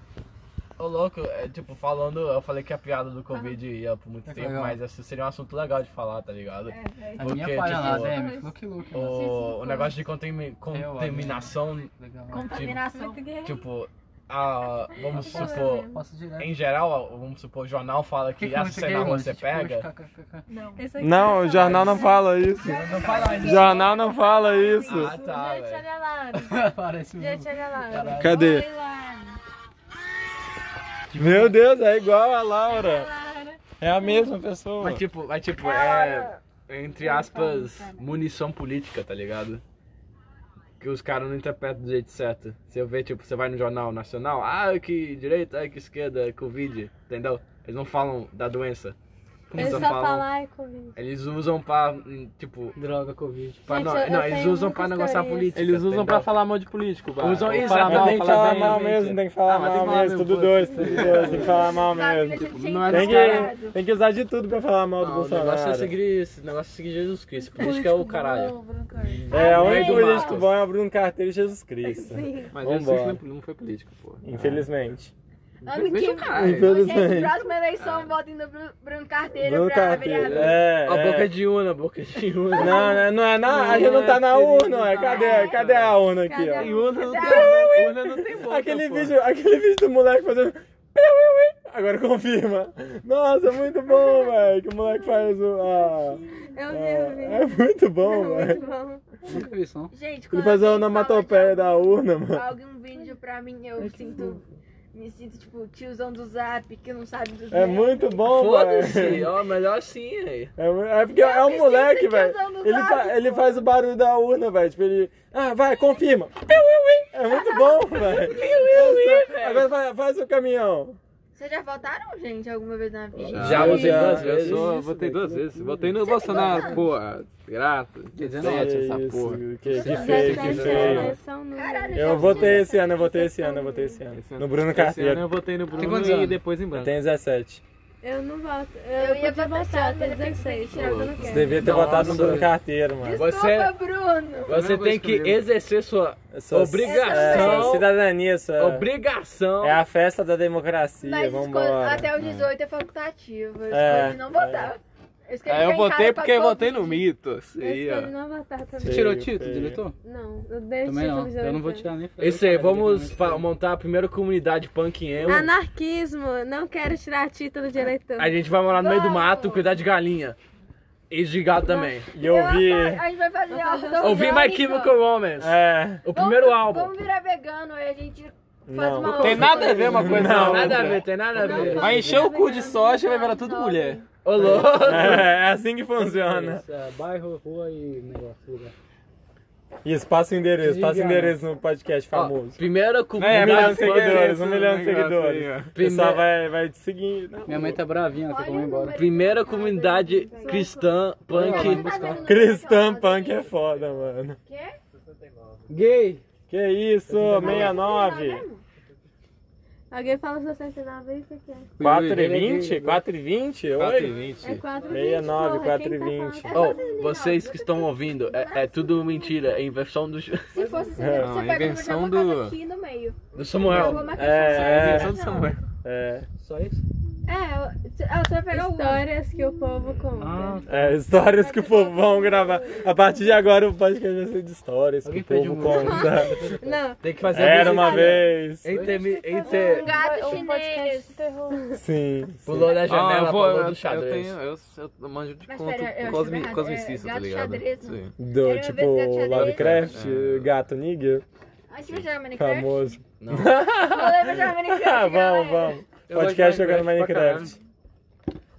Speaker 3: Ô louco, é, tipo, falando, eu falei que a piada do Covid ia por muito
Speaker 7: É
Speaker 3: tempo,
Speaker 7: legal.
Speaker 3: mas esse seria um assunto legal de falar, tá ligado?
Speaker 4: É, velho.
Speaker 7: A
Speaker 3: Porque,
Speaker 7: minha né, página lá,
Speaker 3: tipo,
Speaker 7: DM, Look Look, mano.
Speaker 3: O, o negócio de contami- contaminação,
Speaker 7: Legal.
Speaker 4: Contaminação.
Speaker 3: tipo, a,
Speaker 2: é
Speaker 3: vamos supor,
Speaker 7: Posso direto.
Speaker 3: em geral, ó, vamos supor, o jornal fala que, ah,
Speaker 7: muito
Speaker 3: se
Speaker 7: gay,
Speaker 3: você na rua
Speaker 7: mano?
Speaker 3: você
Speaker 7: Tipo,
Speaker 3: pega.
Speaker 7: kkk.
Speaker 4: Não.
Speaker 2: Esse aqui
Speaker 6: Não,
Speaker 2: é
Speaker 6: o jornal não
Speaker 2: salário.
Speaker 6: fala isso.
Speaker 3: Não fala isso.
Speaker 6: Jornal não fala isso.
Speaker 3: Ah, tá,
Speaker 2: Gente,
Speaker 3: velho.
Speaker 2: olha lá.
Speaker 7: Parece um.
Speaker 2: Gente, olha lá.
Speaker 7: Caralho.
Speaker 6: Cadê?
Speaker 4: Oi, Lara.
Speaker 6: Meu Deus, é igual a Laura.
Speaker 2: Claro.
Speaker 6: É a mesma pessoa.
Speaker 3: Mas tipo, mas, tipo é, entre aspas, munição política, tá ligado? Que os caras não interpretam do jeito certo. Você vê, tipo, você vai no jornal nacional, ah, que direita, ah, que esquerda, Covid, entendeu? Eles não falam da doença. Como
Speaker 2: Eles
Speaker 3: só
Speaker 2: só
Speaker 3: falam-
Speaker 2: falam, ai, comigo.
Speaker 3: Eles usam pra, hum, tipo...
Speaker 7: Droga, Covid.
Speaker 3: pra-
Speaker 2: Gente,
Speaker 3: não,
Speaker 2: eu-
Speaker 3: não,
Speaker 2: eu
Speaker 3: eles
Speaker 2: tenho
Speaker 3: usam pra
Speaker 2: muitas
Speaker 3: negociar
Speaker 2: teorias.
Speaker 3: política.
Speaker 6: Eles usam
Speaker 3: entendeu?
Speaker 6: pra falar mal de político, vai.
Speaker 3: Usam-
Speaker 6: Ou
Speaker 3: isso,
Speaker 6: falar
Speaker 3: mas
Speaker 6: mal,
Speaker 3: tem que
Speaker 6: falar
Speaker 3: falar
Speaker 6: bem,
Speaker 3: mal
Speaker 6: bem,
Speaker 3: mesmo,
Speaker 6: bem.
Speaker 3: tem que
Speaker 7: falar
Speaker 6: Ah, mas
Speaker 7: mal
Speaker 6: tem que falar
Speaker 7: mesmo,
Speaker 6: Tudo
Speaker 7: pô.
Speaker 6: dois, tudo dois, tem que falar mal
Speaker 4: Sabe,
Speaker 6: mesmo.
Speaker 4: deixa de ser
Speaker 3: não é
Speaker 6: Tem
Speaker 4: descarado.
Speaker 6: que, tem que usar de tudo pra falar mal do
Speaker 3: Não, o
Speaker 6: Bolsonaro.
Speaker 3: negócio é seguir esse negócio é seguir Jesus Cristo. Política é o caralho.
Speaker 6: É, o único
Speaker 3: do
Speaker 6: político
Speaker 3: mato.
Speaker 6: bom é Bruno Carteiro e Jesus Cristo.
Speaker 3: Mas
Speaker 6: Vambora.
Speaker 3: Jesus Cristo não não foi político, pô.
Speaker 6: Infelizmente.
Speaker 4: Ano
Speaker 3: Veja
Speaker 4: que
Speaker 3: o caralho.
Speaker 4: Gente,
Speaker 6: Infelizmente.
Speaker 4: próxima
Speaker 2: Ah.
Speaker 4: eleição, votem no Bru- Bruno Carteiro
Speaker 6: Bruno
Speaker 4: pra
Speaker 6: Carteiro.
Speaker 4: vereador.
Speaker 6: É,
Speaker 3: A
Speaker 6: é.
Speaker 3: boca de una, a boca de una.
Speaker 6: Não, não, não é na. A gente não tá na urna, ué. Cadê, cadê a urna aqui, ó?
Speaker 3: Tem urna, não tem urna, não tem boca,
Speaker 6: Aquele
Speaker 3: pô.
Speaker 6: vídeo, é aquele vídeo do moleque fazendo. piu, piu, piu. Agora confirma. Nossa, muito bom, velho. Que o moleque faz o. a-
Speaker 2: Eu vi, eu vi.
Speaker 6: é muito bom, velho.
Speaker 2: Muito bom.
Speaker 7: Nunca vi isso, não.
Speaker 4: Gente,
Speaker 6: Ele é
Speaker 4: quando
Speaker 6: faz a
Speaker 4: alguém
Speaker 6: onomatopeia da urna,
Speaker 4: fala de
Speaker 6: mano.
Speaker 4: algum vídeo pra mim, eu
Speaker 2: É
Speaker 4: sinto... Me sinto, tipo, tiozão do zap, que não sabe dos
Speaker 6: É
Speaker 4: memes.
Speaker 6: muito bom,
Speaker 3: Foda-se,
Speaker 6: velho.
Speaker 3: ó, melhor assim, aí.
Speaker 6: É, mu- é porque
Speaker 4: Eu
Speaker 6: é
Speaker 4: me
Speaker 6: um
Speaker 4: sinto
Speaker 6: moleque, velho.
Speaker 4: tiozão do
Speaker 6: Ele,
Speaker 4: zap,
Speaker 6: fa- ele
Speaker 4: pô.
Speaker 6: faz o barulho da urna, velho. Tipo, ele. Ah, vai, confirma. Piu, piu, piu. É muito bom, velho. Nossa, Agora vai- faz o caminhão.
Speaker 4: Vocês já votaram, gente, alguma vez na vida?
Speaker 3: Já votei
Speaker 6: Já,
Speaker 3: duas
Speaker 6: eu
Speaker 3: vezes. é
Speaker 6: sou-
Speaker 3: votei duas vezes. Votei no Bolsonaro, porra. Grato.
Speaker 6: Que
Speaker 3: 17, essa
Speaker 6: isso,
Speaker 3: porra.
Speaker 6: Que, que feio, que
Speaker 2: Dezessete anos,
Speaker 6: feio.
Speaker 2: eleição no-
Speaker 4: Caralho, já
Speaker 6: Eu votei esse ano, eu votei esse ano, eu votei esse ano. No Bruno
Speaker 3: Esse né? ano
Speaker 6: Carteiro.
Speaker 3: eu votei no Bruno
Speaker 7: quantos
Speaker 3: e
Speaker 7: anos?
Speaker 3: depois em branco.
Speaker 6: Tem 17.
Speaker 2: Eu não voto.
Speaker 4: Eu
Speaker 2: Eu,
Speaker 4: ia
Speaker 2: podia
Speaker 4: votar
Speaker 2: votar até
Speaker 4: mas eu pensei que
Speaker 2: 16.
Speaker 4: tirar, eu não
Speaker 6: Você
Speaker 4: quero.
Speaker 6: devia ter
Speaker 3: Nossa.
Speaker 6: votado no Bruno Carteiro, mano.
Speaker 4: Desculpa, Bruno!
Speaker 3: Você tem que exercer sua
Speaker 6: Eu sou-
Speaker 3: Obrigação.
Speaker 6: é, cidadania, sua.
Speaker 3: obrigação.
Speaker 6: É a festa da democracia,
Speaker 4: Mas escolha-
Speaker 6: vambora.
Speaker 4: até os 18 é facultativo. Eu
Speaker 6: É, Ah,
Speaker 4: escolhi não votar. Eu, escolhi
Speaker 3: É, eu
Speaker 4: ficar em
Speaker 3: votei
Speaker 4: casa pra
Speaker 3: porque votei no
Speaker 4: Covid.
Speaker 3: Mitos.
Speaker 2: Eu
Speaker 3: Aí,
Speaker 2: escolhi
Speaker 3: ó.
Speaker 2: não votar também.
Speaker 6: Sim.
Speaker 7: Você tirou o
Speaker 6: Feio,
Speaker 7: título,
Speaker 6: feio.
Speaker 7: diretor?
Speaker 2: Não, eu dei o
Speaker 7: Também
Speaker 2: título
Speaker 7: não.
Speaker 2: de
Speaker 7: Eu não vou
Speaker 2: eleição.
Speaker 7: tirar nem
Speaker 3: Isso aí, vamos
Speaker 7: Diretamente.
Speaker 3: fa- montar a primeira comunidade punk em
Speaker 2: Ah,
Speaker 3: emo.
Speaker 2: Anarquismo, não quero tirar título de eleitor.
Speaker 3: A gente vai morar no meio do mato, cuidar de galinha. E de gato também.
Speaker 6: E eu vi.
Speaker 4: Eu- A gente vai fazer a
Speaker 3: Ouvi My Chemical Romance.
Speaker 6: É.
Speaker 3: O primeiro álbum.
Speaker 4: Vamos virar vegano aí a gente faz
Speaker 6: Não.
Speaker 4: uma
Speaker 7: Tem nada a ver uma coisa
Speaker 6: Não.
Speaker 7: com a
Speaker 3: Nada a
Speaker 7: outra.
Speaker 3: ver, tem nada a ver.
Speaker 2: Não,
Speaker 7: Vai encher o cu de soja e vai virar tudo mulher.
Speaker 3: Ô, louco.
Speaker 6: É assim que funciona.
Speaker 7: Isso, é, bairro, rua e negócio, lugar. né?
Speaker 6: Isso, passa o endereço, passa o
Speaker 7: Diga.
Speaker 6: endereço no podcast
Speaker 3: Ó,
Speaker 6: famoso.
Speaker 7: é
Speaker 3: primeira
Speaker 6: Um milhão de
Speaker 3: comunidade
Speaker 6: seguidores,
Speaker 3: punk.
Speaker 6: um
Speaker 7: né?
Speaker 6: milhão de
Speaker 3: negócio
Speaker 6: seguidores. O pessoal
Speaker 3: Primeiro-
Speaker 6: vai, vai te seguir. né?
Speaker 7: Minha mãe tá bravinha, ela tem como ir embora.
Speaker 3: Primeira comunidade cristã punk.
Speaker 7: tá-
Speaker 6: Cristã Punk é foda, mano.
Speaker 7: Gay!
Speaker 6: Que isso,
Speaker 4: é
Speaker 6: 69?
Speaker 2: Alguém fala 69 aí, porque
Speaker 6: 4 e 20? 4 e 20? Oi?
Speaker 3: 420.
Speaker 2: é 4
Speaker 6: 69,
Speaker 2: tá
Speaker 6: 4 e 20.
Speaker 2: 20.
Speaker 3: Oh, vocês que estão ouvindo, é, é tudo mentira, é inversão do,
Speaker 4: Se fosse assim,
Speaker 6: É,
Speaker 3: a
Speaker 4: você pega
Speaker 3: invenção
Speaker 4: uma
Speaker 3: do-
Speaker 4: casa aqui no meio.
Speaker 3: do Samuel.
Speaker 4: Uma caixa assim,
Speaker 6: É,
Speaker 4: de
Speaker 3: Inversão do
Speaker 4: soja.
Speaker 3: Samuel.
Speaker 6: É,
Speaker 7: Só isso?
Speaker 4: É, você- ah, você vai pegar o
Speaker 2: Histórias que o povo conta.
Speaker 7: Ah,
Speaker 6: é, histórias que o povo vão gravar. A partir de agora o podcast vai ser de histórias que
Speaker 7: Alguém
Speaker 6: o povo
Speaker 7: pediu um-
Speaker 6: conta.
Speaker 2: Não,
Speaker 3: Tem que fazer a
Speaker 6: Era uma
Speaker 3: musiquinha.
Speaker 6: vez.
Speaker 3: Inter, inter,
Speaker 4: um gato
Speaker 2: um podcast
Speaker 4: chinês.
Speaker 2: de terror.
Speaker 6: Sim.
Speaker 3: pulou da janela,
Speaker 10: eu
Speaker 3: pulou do
Speaker 10: Eu
Speaker 3: xadrez.
Speaker 10: tenho, eu, eu manjo de
Speaker 4: Mas
Speaker 10: conto
Speaker 4: pera, eu achei
Speaker 10: cosmi,
Speaker 4: errado,
Speaker 10: cosmicista,
Speaker 4: é
Speaker 10: tá
Speaker 4: gato
Speaker 10: ligado?
Speaker 4: xadrez, não.
Speaker 10: Sim.
Speaker 6: Do
Speaker 4: Era
Speaker 6: tipo
Speaker 4: uma vez que eu te
Speaker 6: Lovecraft,
Speaker 3: Ah.
Speaker 10: dei.
Speaker 6: Gato Nigel,
Speaker 4: A gente vai jogar Minecraft?
Speaker 6: famoso.
Speaker 3: Não.
Speaker 4: Rolê vai jogar
Speaker 6: Ah,
Speaker 4: Minecraft,
Speaker 6: vamos,
Speaker 4: galera.
Speaker 6: vamos.
Speaker 3: Eu gosto de
Speaker 6: Podcast jogando
Speaker 3: Minecraft pra
Speaker 6: Minecraft.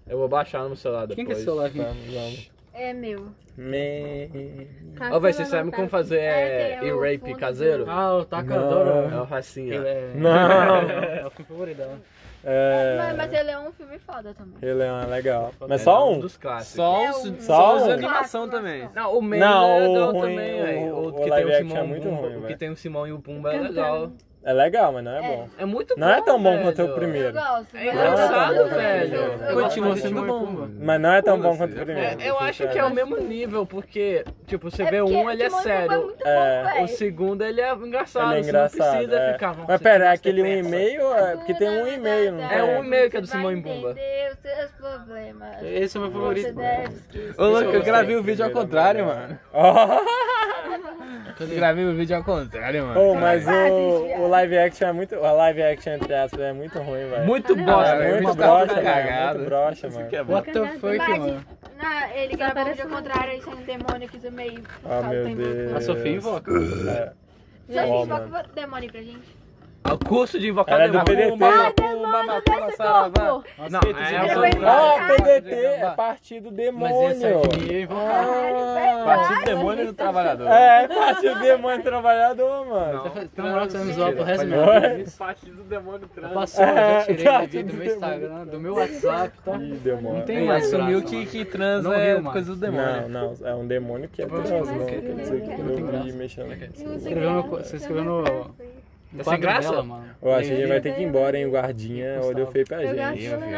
Speaker 3: Eu vou baixar no meu celular depois.
Speaker 7: quem que é esse celular aqui?
Speaker 6: Vamos, vamos.
Speaker 4: É meu.
Speaker 6: Me...
Speaker 3: Ó, véi, vocês sabem como fazer
Speaker 4: É,
Speaker 3: é,
Speaker 4: tem o
Speaker 3: e-rape
Speaker 4: fundo
Speaker 3: caseiro?
Speaker 4: do-
Speaker 7: Ah, o
Speaker 6: Não.
Speaker 7: Taka
Speaker 3: É
Speaker 7: adora.
Speaker 3: o racinha.
Speaker 7: Ele é...
Speaker 6: Não.
Speaker 7: É o filme favorito dela.
Speaker 4: Mas,
Speaker 6: É,
Speaker 4: mas ele é um filme foda também.
Speaker 6: Rei Leão é legal. Mas
Speaker 3: É
Speaker 6: só
Speaker 3: um
Speaker 6: um?
Speaker 3: dos clássicos.
Speaker 10: Só,
Speaker 4: É
Speaker 10: os,
Speaker 4: um-
Speaker 6: Só
Speaker 10: só as
Speaker 6: um?
Speaker 10: animação
Speaker 4: Clássico,
Speaker 10: também.
Speaker 3: Não, o Mane
Speaker 6: Não,
Speaker 3: é legal
Speaker 6: o ruim-
Speaker 3: também, velho.
Speaker 6: o-
Speaker 3: O,
Speaker 6: o
Speaker 3: que tem
Speaker 6: live
Speaker 3: o
Speaker 6: action
Speaker 3: Simão
Speaker 6: é muito
Speaker 3: e o Pumba-
Speaker 6: ruim,
Speaker 3: O que
Speaker 6: velho.
Speaker 3: tem o Simão e o Pumba é legal.
Speaker 6: É legal, mas não é bom.
Speaker 3: É muito bom.
Speaker 6: Não é tão bom
Speaker 3: velho.
Speaker 6: quanto o primeiro.
Speaker 4: Eu gosto.
Speaker 3: É
Speaker 4: mas-
Speaker 3: engraçado,
Speaker 6: Não,
Speaker 3: velho.
Speaker 6: não, não.
Speaker 3: Continua
Speaker 7: Mas
Speaker 3: sendo
Speaker 7: Timão e
Speaker 3: bom.
Speaker 7: Pumba.
Speaker 6: Mas não é tão bom
Speaker 10: Foda-se.
Speaker 6: quanto o primeiro.
Speaker 3: É, eu acho que é o mesmo nível, porque, tipo, você vê
Speaker 4: porque
Speaker 3: um, ele é
Speaker 4: Timão e Pumba
Speaker 3: sério.
Speaker 4: muito
Speaker 6: É.
Speaker 4: bom,
Speaker 3: O
Speaker 4: velho.
Speaker 3: segundo, ele é engraçado.
Speaker 6: Ele é
Speaker 3: você
Speaker 6: engraçado.
Speaker 3: não precisa
Speaker 6: é.
Speaker 3: ficar. "Nossa,
Speaker 6: Mas
Speaker 3: que
Speaker 6: pera, é
Speaker 3: masterpiece".
Speaker 6: aquele um e meio? é- Porque tem um e meio, não
Speaker 3: É um e meio que é do
Speaker 4: Você vai
Speaker 3: Simão e Pumba.
Speaker 4: entender os seus problemas.
Speaker 7: Esse é o meu
Speaker 4: Você
Speaker 7: favorito.
Speaker 4: deve esquecer.
Speaker 10: Ô, louco, eu gravei
Speaker 6: gostei
Speaker 10: o vídeo ao
Speaker 6: primeiro,
Speaker 10: contrário,
Speaker 6: mas-
Speaker 10: mano.
Speaker 6: Oh,
Speaker 10: Eu gravei o vídeo ao contrário, mano.
Speaker 6: oh, mas o, o live action é muito. A live action, entre aspas, é muito ruim, velho.
Speaker 3: Muito tá
Speaker 6: é,
Speaker 3: bosta,
Speaker 10: velho,
Speaker 3: velho.
Speaker 6: muito
Speaker 10: muito
Speaker 6: broxa,
Speaker 10: cagado.
Speaker 6: velho. é Muito broxa, mano.
Speaker 7: What the fuck,
Speaker 4: Mas-
Speaker 7: mano?
Speaker 4: Não, ele
Speaker 2: Só
Speaker 4: gravou
Speaker 2: parece
Speaker 4: de
Speaker 2: um-
Speaker 4: contrário, ele tem um demônio aqui do meio.
Speaker 6: Ah, meu
Speaker 4: Tem muito-
Speaker 6: Deus. É.
Speaker 7: A Sofia invoca.
Speaker 4: Gente,
Speaker 6: Ó,
Speaker 4: invoca
Speaker 6: mano.
Speaker 4: o demônio pra gente.
Speaker 3: O curso de invocar
Speaker 6: Ela é do
Speaker 3: demônio.
Speaker 6: PDT.
Speaker 4: Ai,
Speaker 7: Pumba, macumba, saravá.
Speaker 3: Não,
Speaker 6: Respeitos
Speaker 3: é
Speaker 6: e
Speaker 3: o
Speaker 6: demônios.
Speaker 3: contrário.
Speaker 6: Ah, PDT é partido
Speaker 3: Mas esse
Speaker 7: é
Speaker 6: demônio.
Speaker 3: aqui
Speaker 6: Ah,
Speaker 3: Partido Demônio do Trabalhador.
Speaker 6: É, partido demônio trabalhador, mano.
Speaker 3: Não,
Speaker 7: Tem um moral que você vai me zoar pro resto
Speaker 3: Pode-
Speaker 7: da minha vida.
Speaker 3: Partido Demônio
Speaker 7: Já
Speaker 3: Trans.
Speaker 7: Passou, já tirei
Speaker 6: É,
Speaker 7: minha vida do meu Instagram, do meu WhatsApp, tá?
Speaker 6: Ih, demônio.
Speaker 7: Não tem
Speaker 10: Tem
Speaker 7: mais
Speaker 3: é
Speaker 10: mais, sumiu
Speaker 7: graça,
Speaker 10: que,
Speaker 7: mano.
Speaker 10: que trans
Speaker 7: Não
Speaker 10: é
Speaker 7: riu mais.
Speaker 10: coisa do demônio.
Speaker 6: Não, não, é um demônio que é
Speaker 3: Vamos
Speaker 6: trans,
Speaker 3: lá,
Speaker 6: não.
Speaker 3: escreve,
Speaker 6: Quer dizer, que
Speaker 7: não tem
Speaker 6: eu vi
Speaker 7: graça.
Speaker 6: mexendo.
Speaker 7: Escreveu no, você escreveu no, no
Speaker 3: sem
Speaker 7: quadro
Speaker 3: é graça?
Speaker 7: dela, mano.
Speaker 6: Eu acho que a gente vai ter que ir embora, hein? O guardinha
Speaker 7: Gustavo.
Speaker 6: olhou feio pra
Speaker 2: Eu
Speaker 6: gente.
Speaker 2: gasto
Speaker 3: Não,
Speaker 2: não.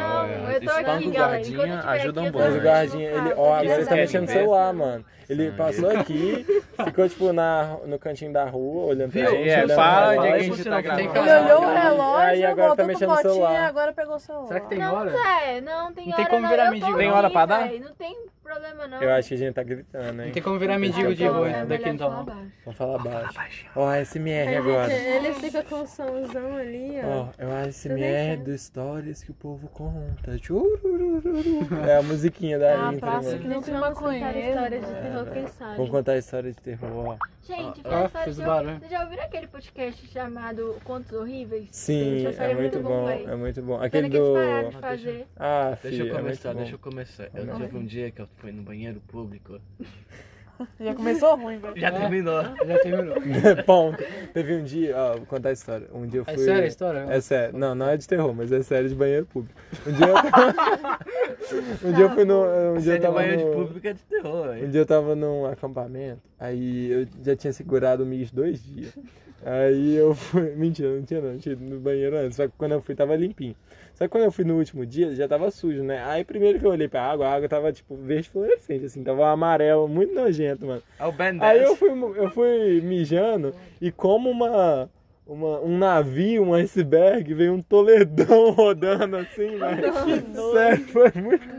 Speaker 4: Eu tô
Speaker 3: Espanca
Speaker 4: aqui,
Speaker 3: o
Speaker 4: galera. Enquanto eu
Speaker 10: guardinha,
Speaker 4: tiver
Speaker 10: ajuda
Speaker 4: aqui,
Speaker 10: um
Speaker 4: eu tô
Speaker 10: bom,
Speaker 6: Mas
Speaker 10: né?
Speaker 6: o
Speaker 4: aqui.
Speaker 6: guardinha, ele, ó, agora ele tá
Speaker 3: Querem
Speaker 6: mexendo no
Speaker 3: ver?
Speaker 6: celular, mano. Ele passou aqui, ficou, tipo, na, no cantinho da rua, olhando pra
Speaker 3: Viu?
Speaker 6: gente.
Speaker 3: É,
Speaker 6: olhando
Speaker 3: fala
Speaker 6: pra
Speaker 3: onde é que a
Speaker 6: nós.
Speaker 3: gente tá
Speaker 7: Tem
Speaker 3: gravando.
Speaker 7: cara-
Speaker 9: Ele olhou o
Speaker 6: Aí
Speaker 9: relógio,
Speaker 6: agora tá
Speaker 9: voltou pro
Speaker 6: mexendo no
Speaker 9: potinho
Speaker 6: celular.
Speaker 9: e agora pegou o celular.
Speaker 7: Será que tem
Speaker 4: Não,
Speaker 7: hora?
Speaker 4: Zé, não tem
Speaker 7: Não tem
Speaker 4: hora
Speaker 7: como
Speaker 4: não.
Speaker 7: virar
Speaker 4: Eu tô
Speaker 7: mendigo,
Speaker 3: Tem
Speaker 4: aqui,
Speaker 3: hora pra dar?
Speaker 4: véi. Não tem problema não.
Speaker 6: Eu acho que a gente tá gritando, hein?
Speaker 7: Não tem como virar
Speaker 4: Ah,
Speaker 7: mendigo de
Speaker 4: então
Speaker 7: rua
Speaker 4: é
Speaker 7: daqui
Speaker 4: melhor
Speaker 7: então,
Speaker 4: falar
Speaker 7: não.
Speaker 4: baixo.
Speaker 6: Vamos falar baixo. Ó, SMR agora.
Speaker 2: Ele fica com o somzão ali, ó.
Speaker 6: Ó, é o ASMR do Stories que o povo conta. Tchururururu. É a musiquinha da
Speaker 9: Ah,
Speaker 6: intro,
Speaker 9: próximo
Speaker 6: mano.
Speaker 9: que não tem
Speaker 2: Vamos contar
Speaker 9: maconheiro.
Speaker 2: histórias de terror, quem sabe?
Speaker 6: Vamos contar a história de terror, ó.
Speaker 4: Gente,
Speaker 7: Ah,
Speaker 4: fala
Speaker 7: fiz
Speaker 4: de-
Speaker 7: o barulho.
Speaker 4: Vocês já ouviram aquele podcast chamado Contos Horríveis?
Speaker 6: Sim,
Speaker 4: Gente, essa série
Speaker 6: é muito bom,
Speaker 4: véi.
Speaker 6: é muito bom.
Speaker 4: Pena
Speaker 6: Aquele
Speaker 4: que eles pararam
Speaker 6: do...
Speaker 4: de fazer.
Speaker 6: Ah,
Speaker 10: Deixa
Speaker 6: filho,
Speaker 10: eu
Speaker 6: é muito
Speaker 10: começar,
Speaker 6: bom.
Speaker 10: deixa eu começar. Eu tive um dia que eu fui no banheiro público.
Speaker 9: Já começou ruim, velho.
Speaker 6: É.
Speaker 10: Já terminou.
Speaker 7: Já terminou.
Speaker 6: Bom, teve um dia, ó, vou contar a história. Um dia eu fui.
Speaker 7: É sério a história?
Speaker 6: É sério. Não, não é de terror, mas é sério de banheiro público. Um dia eu, um dia eu fui no. Um dia
Speaker 10: Você
Speaker 6: eu
Speaker 10: de
Speaker 6: tava
Speaker 10: banheiro de
Speaker 6: no...
Speaker 10: público é de terror. hein?
Speaker 6: Um dia eu tava num acampamento, aí eu já tinha segurado o Mix dois dias. Aí eu fui. Mentira, não tinha não, tinha ido no banheiro antes. Só que quando eu fui tava limpinho. Só que quando eu fui no último dia, já tava sujo, né? Aí primeiro que eu olhei pra água, a água tava tipo verde fluorescente, assim, tava amarelo, muito nojento, mano.
Speaker 10: É o Ben 10.
Speaker 6: Aí eu fui, eu fui mijando e como uma, uma- um navio, um iceberg, veio um toledão rodando assim, velho. Sério, foi muito.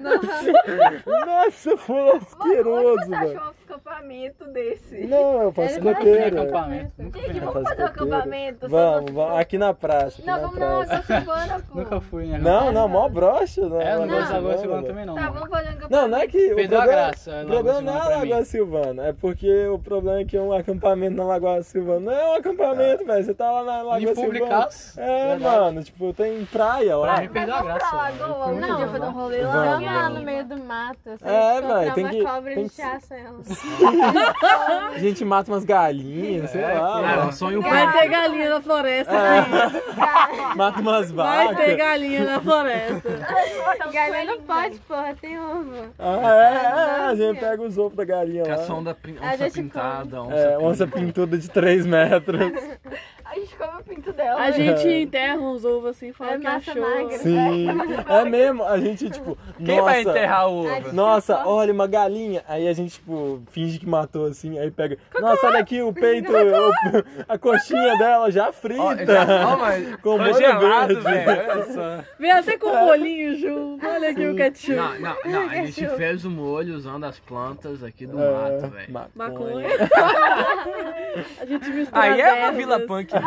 Speaker 6: Nossa, foi asqueroso,
Speaker 4: Você
Speaker 6: velho.
Speaker 4: achou um acampamento desse?
Speaker 6: Não, eu faço
Speaker 7: Nunca fui em
Speaker 6: roteiro. velho.
Speaker 7: acampamento. Nunca
Speaker 4: Gente,
Speaker 6: Eu
Speaker 4: vamos
Speaker 6: faço
Speaker 4: fazer um
Speaker 6: roteiro.
Speaker 4: acampamento? só
Speaker 6: Vamos,
Speaker 4: nós-
Speaker 6: vamos. Aqui na praça. Aqui
Speaker 4: Não,
Speaker 6: na
Speaker 4: vamos na
Speaker 6: praça.
Speaker 4: Lagoa Silvana, pô.
Speaker 7: Nunca fui, né?
Speaker 6: Não, não, mó brocha. Não,
Speaker 7: É, não
Speaker 6: Lagoa
Speaker 7: gosto da
Speaker 6: Silvana,
Speaker 7: Lagoa Silvana
Speaker 6: velho.
Speaker 7: também não.
Speaker 4: Tá,
Speaker 7: mano.
Speaker 4: vamos fazer um acampamento.
Speaker 6: Não, não é que.
Speaker 7: Perdeu
Speaker 6: o
Speaker 7: a
Speaker 6: problema,
Speaker 7: graça.
Speaker 6: o problema não é a Lagoa
Speaker 7: Lagoa
Speaker 6: Silvana, é porque o problema é que um acampamento na Lagoa Silvana não é um acampamento, velho. Você tá lá na Lagoa
Speaker 7: Me
Speaker 6: Silvana.
Speaker 7: publicasse.
Speaker 6: É,
Speaker 7: Verdade.
Speaker 6: mano, tipo, tem praia lá.
Speaker 7: Pra mim perdeu a
Speaker 4: Vamos
Speaker 7: graça.
Speaker 4: pra
Speaker 7: velho.
Speaker 4: Lagoa,
Speaker 7: Foi
Speaker 4: um
Speaker 7: muito
Speaker 4: dia
Speaker 7: bom.
Speaker 4: fazer um rolê lá.
Speaker 6: Vamos.
Speaker 2: Vamos lá no meio do mato. Se é,
Speaker 6: É, velho,
Speaker 2: encontrar
Speaker 6: tem
Speaker 2: uma
Speaker 6: que-
Speaker 2: cobra, a
Speaker 6: tem
Speaker 2: gente
Speaker 6: que-
Speaker 2: acha ela.
Speaker 6: A gente mata umas galinhas, sei lá.
Speaker 3: Cara,
Speaker 6: mano.
Speaker 3: um
Speaker 2: Ah,
Speaker 3: sonho
Speaker 9: Vai ter galinha na floresta,
Speaker 2: É.
Speaker 9: sim.
Speaker 6: Mata umas
Speaker 2: Ah,
Speaker 9: Vai ter
Speaker 6: vacas.
Speaker 9: galinha na floresta.
Speaker 2: Galinha não pode, porra, tem ovo.
Speaker 6: Ah, é, é, a gente pega os ovos da galinha lá.
Speaker 10: Cação da pin...
Speaker 2: A
Speaker 10: onça
Speaker 2: gente
Speaker 10: pintada, onça
Speaker 6: É, onça pintuda de 3 metros.
Speaker 4: A gente come o pinto dela.
Speaker 9: A gente enterra uns ovos assim, fala
Speaker 2: É
Speaker 9: que
Speaker 2: massa
Speaker 9: achou.
Speaker 2: magra.
Speaker 6: Sim. É mesmo, a gente, tipo,
Speaker 10: Quem
Speaker 6: nossa,
Speaker 10: vai enterrar o ovo?
Speaker 6: Nossa, olha uma galinha. Aí a gente, tipo, finge que matou assim, aí pega. Nossa, olha aqui o peito, o- a coxinha dela já frita.
Speaker 10: Ó, já- ó, mas-
Speaker 6: Com molho
Speaker 10: Congelado,
Speaker 6: verde.
Speaker 10: velho. É assim. Olha só.
Speaker 9: Vem até com o bolinho junto. Olha aqui o ketchup.
Speaker 10: Não, não, não. A gente fez o molho usando as plantas aqui do
Speaker 6: É,
Speaker 10: mato, velho.
Speaker 9: Maconha. a gente mistura
Speaker 10: Aí
Speaker 9: as
Speaker 10: é uma
Speaker 9: ervas.
Speaker 10: vila punk.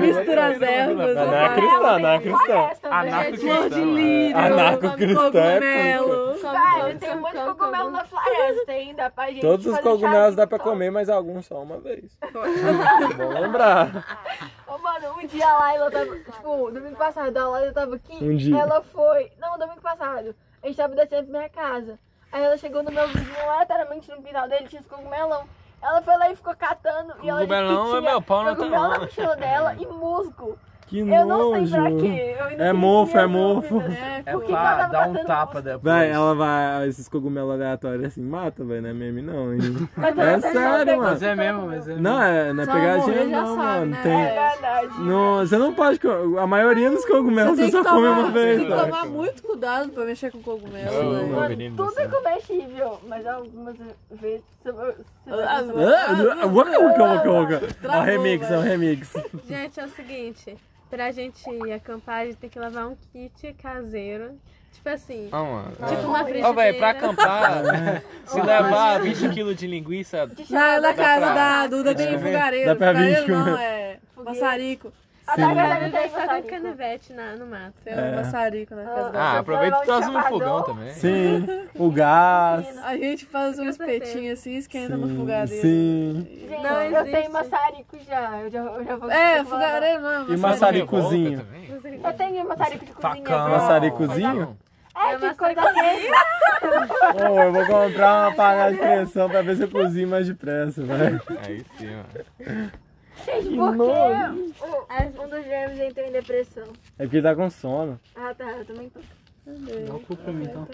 Speaker 9: Mistura as ervas.
Speaker 6: Não é cristã, não é cristã.
Speaker 4: né?
Speaker 10: É
Speaker 9: Flor
Speaker 2: um
Speaker 9: de lírio.
Speaker 6: Anarcocristã é
Speaker 9: Cogumelo.
Speaker 4: Velho, tem um monte de cogumelo na floresta ainda pra gente
Speaker 6: Todos os
Speaker 4: fazer
Speaker 6: cogumelos dá pra
Speaker 4: chazinho,
Speaker 6: comer, mas alguns só uma vez. Bom lembrar.
Speaker 4: Ô, mano, um dia lá ela tava. Tipo, domingo passado, a Laila tava aqui.
Speaker 6: Um dia.
Speaker 4: Ela foi. Não, domingo passado. A gente tava descendo pra minha casa. Aí ela chegou no meu vizinho, lateralmente no quintal dele, tinha esse cogumelão. Ela foi lá e ficou catando. E ela disse
Speaker 10: Cogumelão
Speaker 4: que
Speaker 10: é
Speaker 4: tinha
Speaker 10: meu pau, não tá
Speaker 4: cogumelo
Speaker 10: não.
Speaker 4: na mochila dela e musgo.
Speaker 6: Que
Speaker 4: Eu não sei
Speaker 6: nojo.
Speaker 4: pra quê. eu ainda
Speaker 6: É
Speaker 4: tenho
Speaker 6: mofo, é
Speaker 4: minhas
Speaker 6: mofo.
Speaker 4: dúvidas.
Speaker 10: É
Speaker 4: Por que que ela
Speaker 10: pra
Speaker 4: tava
Speaker 10: dar um
Speaker 4: catando
Speaker 10: tapa
Speaker 4: mosca?
Speaker 10: depois.
Speaker 6: Vai, ela vai. Esses cogumelos aleatórios assim, mata, velho. Não é meme, não, hein?
Speaker 4: Mas
Speaker 6: É
Speaker 4: ela tá
Speaker 6: sério, mano.
Speaker 7: Mas é mesmo, mas é mesmo.
Speaker 6: Não, é, não é
Speaker 9: Só
Speaker 6: pegadinha,
Speaker 9: morrer já
Speaker 6: não,
Speaker 9: sabe,
Speaker 6: mano.
Speaker 9: né?
Speaker 6: Tem.
Speaker 4: É verdade.
Speaker 6: Não, você não pode. co- A maioria dos cogumelos você, só come uma vez,
Speaker 9: tem que
Speaker 6: velho.
Speaker 9: tomar muito cuidado pra mexer com cogumelo.
Speaker 2: né?
Speaker 6: Sim.
Speaker 9: velho.
Speaker 4: Mano, tudo é comestível, mas algumas vezes você vai- você vai-
Speaker 9: Ah,
Speaker 6: Ah, ah, uca, uca, uca, uca. Ó,
Speaker 9: Travou,
Speaker 6: remix, ó,
Speaker 9: velho.
Speaker 6: remix.
Speaker 2: Gente, é o seguinte, pra gente acampar, a gente tem que levar um kit caseiro. Tipo assim,
Speaker 10: Ah, mano.
Speaker 2: tipo uma frigideira.
Speaker 10: Ó, velho, pra acampar, né? se levar 20 kg de linguiça,
Speaker 9: Na, na é casa
Speaker 10: pra-
Speaker 9: da Duda tem
Speaker 6: Dá
Speaker 9: fogareiro.
Speaker 6: pra
Speaker 9: Fogareiro
Speaker 6: vir,
Speaker 9: não, é. Passarico.
Speaker 4: A da galera
Speaker 2: Cada
Speaker 4: não tem
Speaker 2: vez só com
Speaker 4: maçarico.
Speaker 2: canivete na, no mato.
Speaker 9: Tem
Speaker 6: É.
Speaker 9: um maçarico na casa da
Speaker 10: Ah,
Speaker 9: avó.
Speaker 10: aproveita e traz um
Speaker 4: Chapadão.
Speaker 10: fogão também.
Speaker 6: Sim, o gás.
Speaker 9: A gente faz uns petinhos assim, esquenta no fogareiro.
Speaker 6: Sim.
Speaker 4: Gente,
Speaker 2: Não
Speaker 4: eu
Speaker 2: existe.
Speaker 4: tenho maçarico já. Eu já, eu já vou
Speaker 9: É,
Speaker 4: eu vou lá.
Speaker 9: fogareiro não,
Speaker 6: E
Speaker 9: é
Speaker 6: maçarico.
Speaker 9: maçarico.
Speaker 6: Maçaricozinho.
Speaker 10: Revolta também.
Speaker 4: Eu tenho maçarico de cozinha.
Speaker 10: Facão.
Speaker 6: Maçaricozinho?
Speaker 4: É,
Speaker 2: É
Speaker 4: que
Speaker 2: maçã
Speaker 4: coisa
Speaker 2: da
Speaker 4: feia.
Speaker 6: Ô, eu vou comprar uma panela de pressão pra ver se eu cozinho mais depressa, velho.
Speaker 10: Aí É sim, mano.
Speaker 4: Gente, por quê? O- as- Um dos gêmeos entrou em depressão.
Speaker 6: É porque tá com sono.
Speaker 4: Ah, tá. Eu também tô.
Speaker 7: Dá o cu pra mim, então.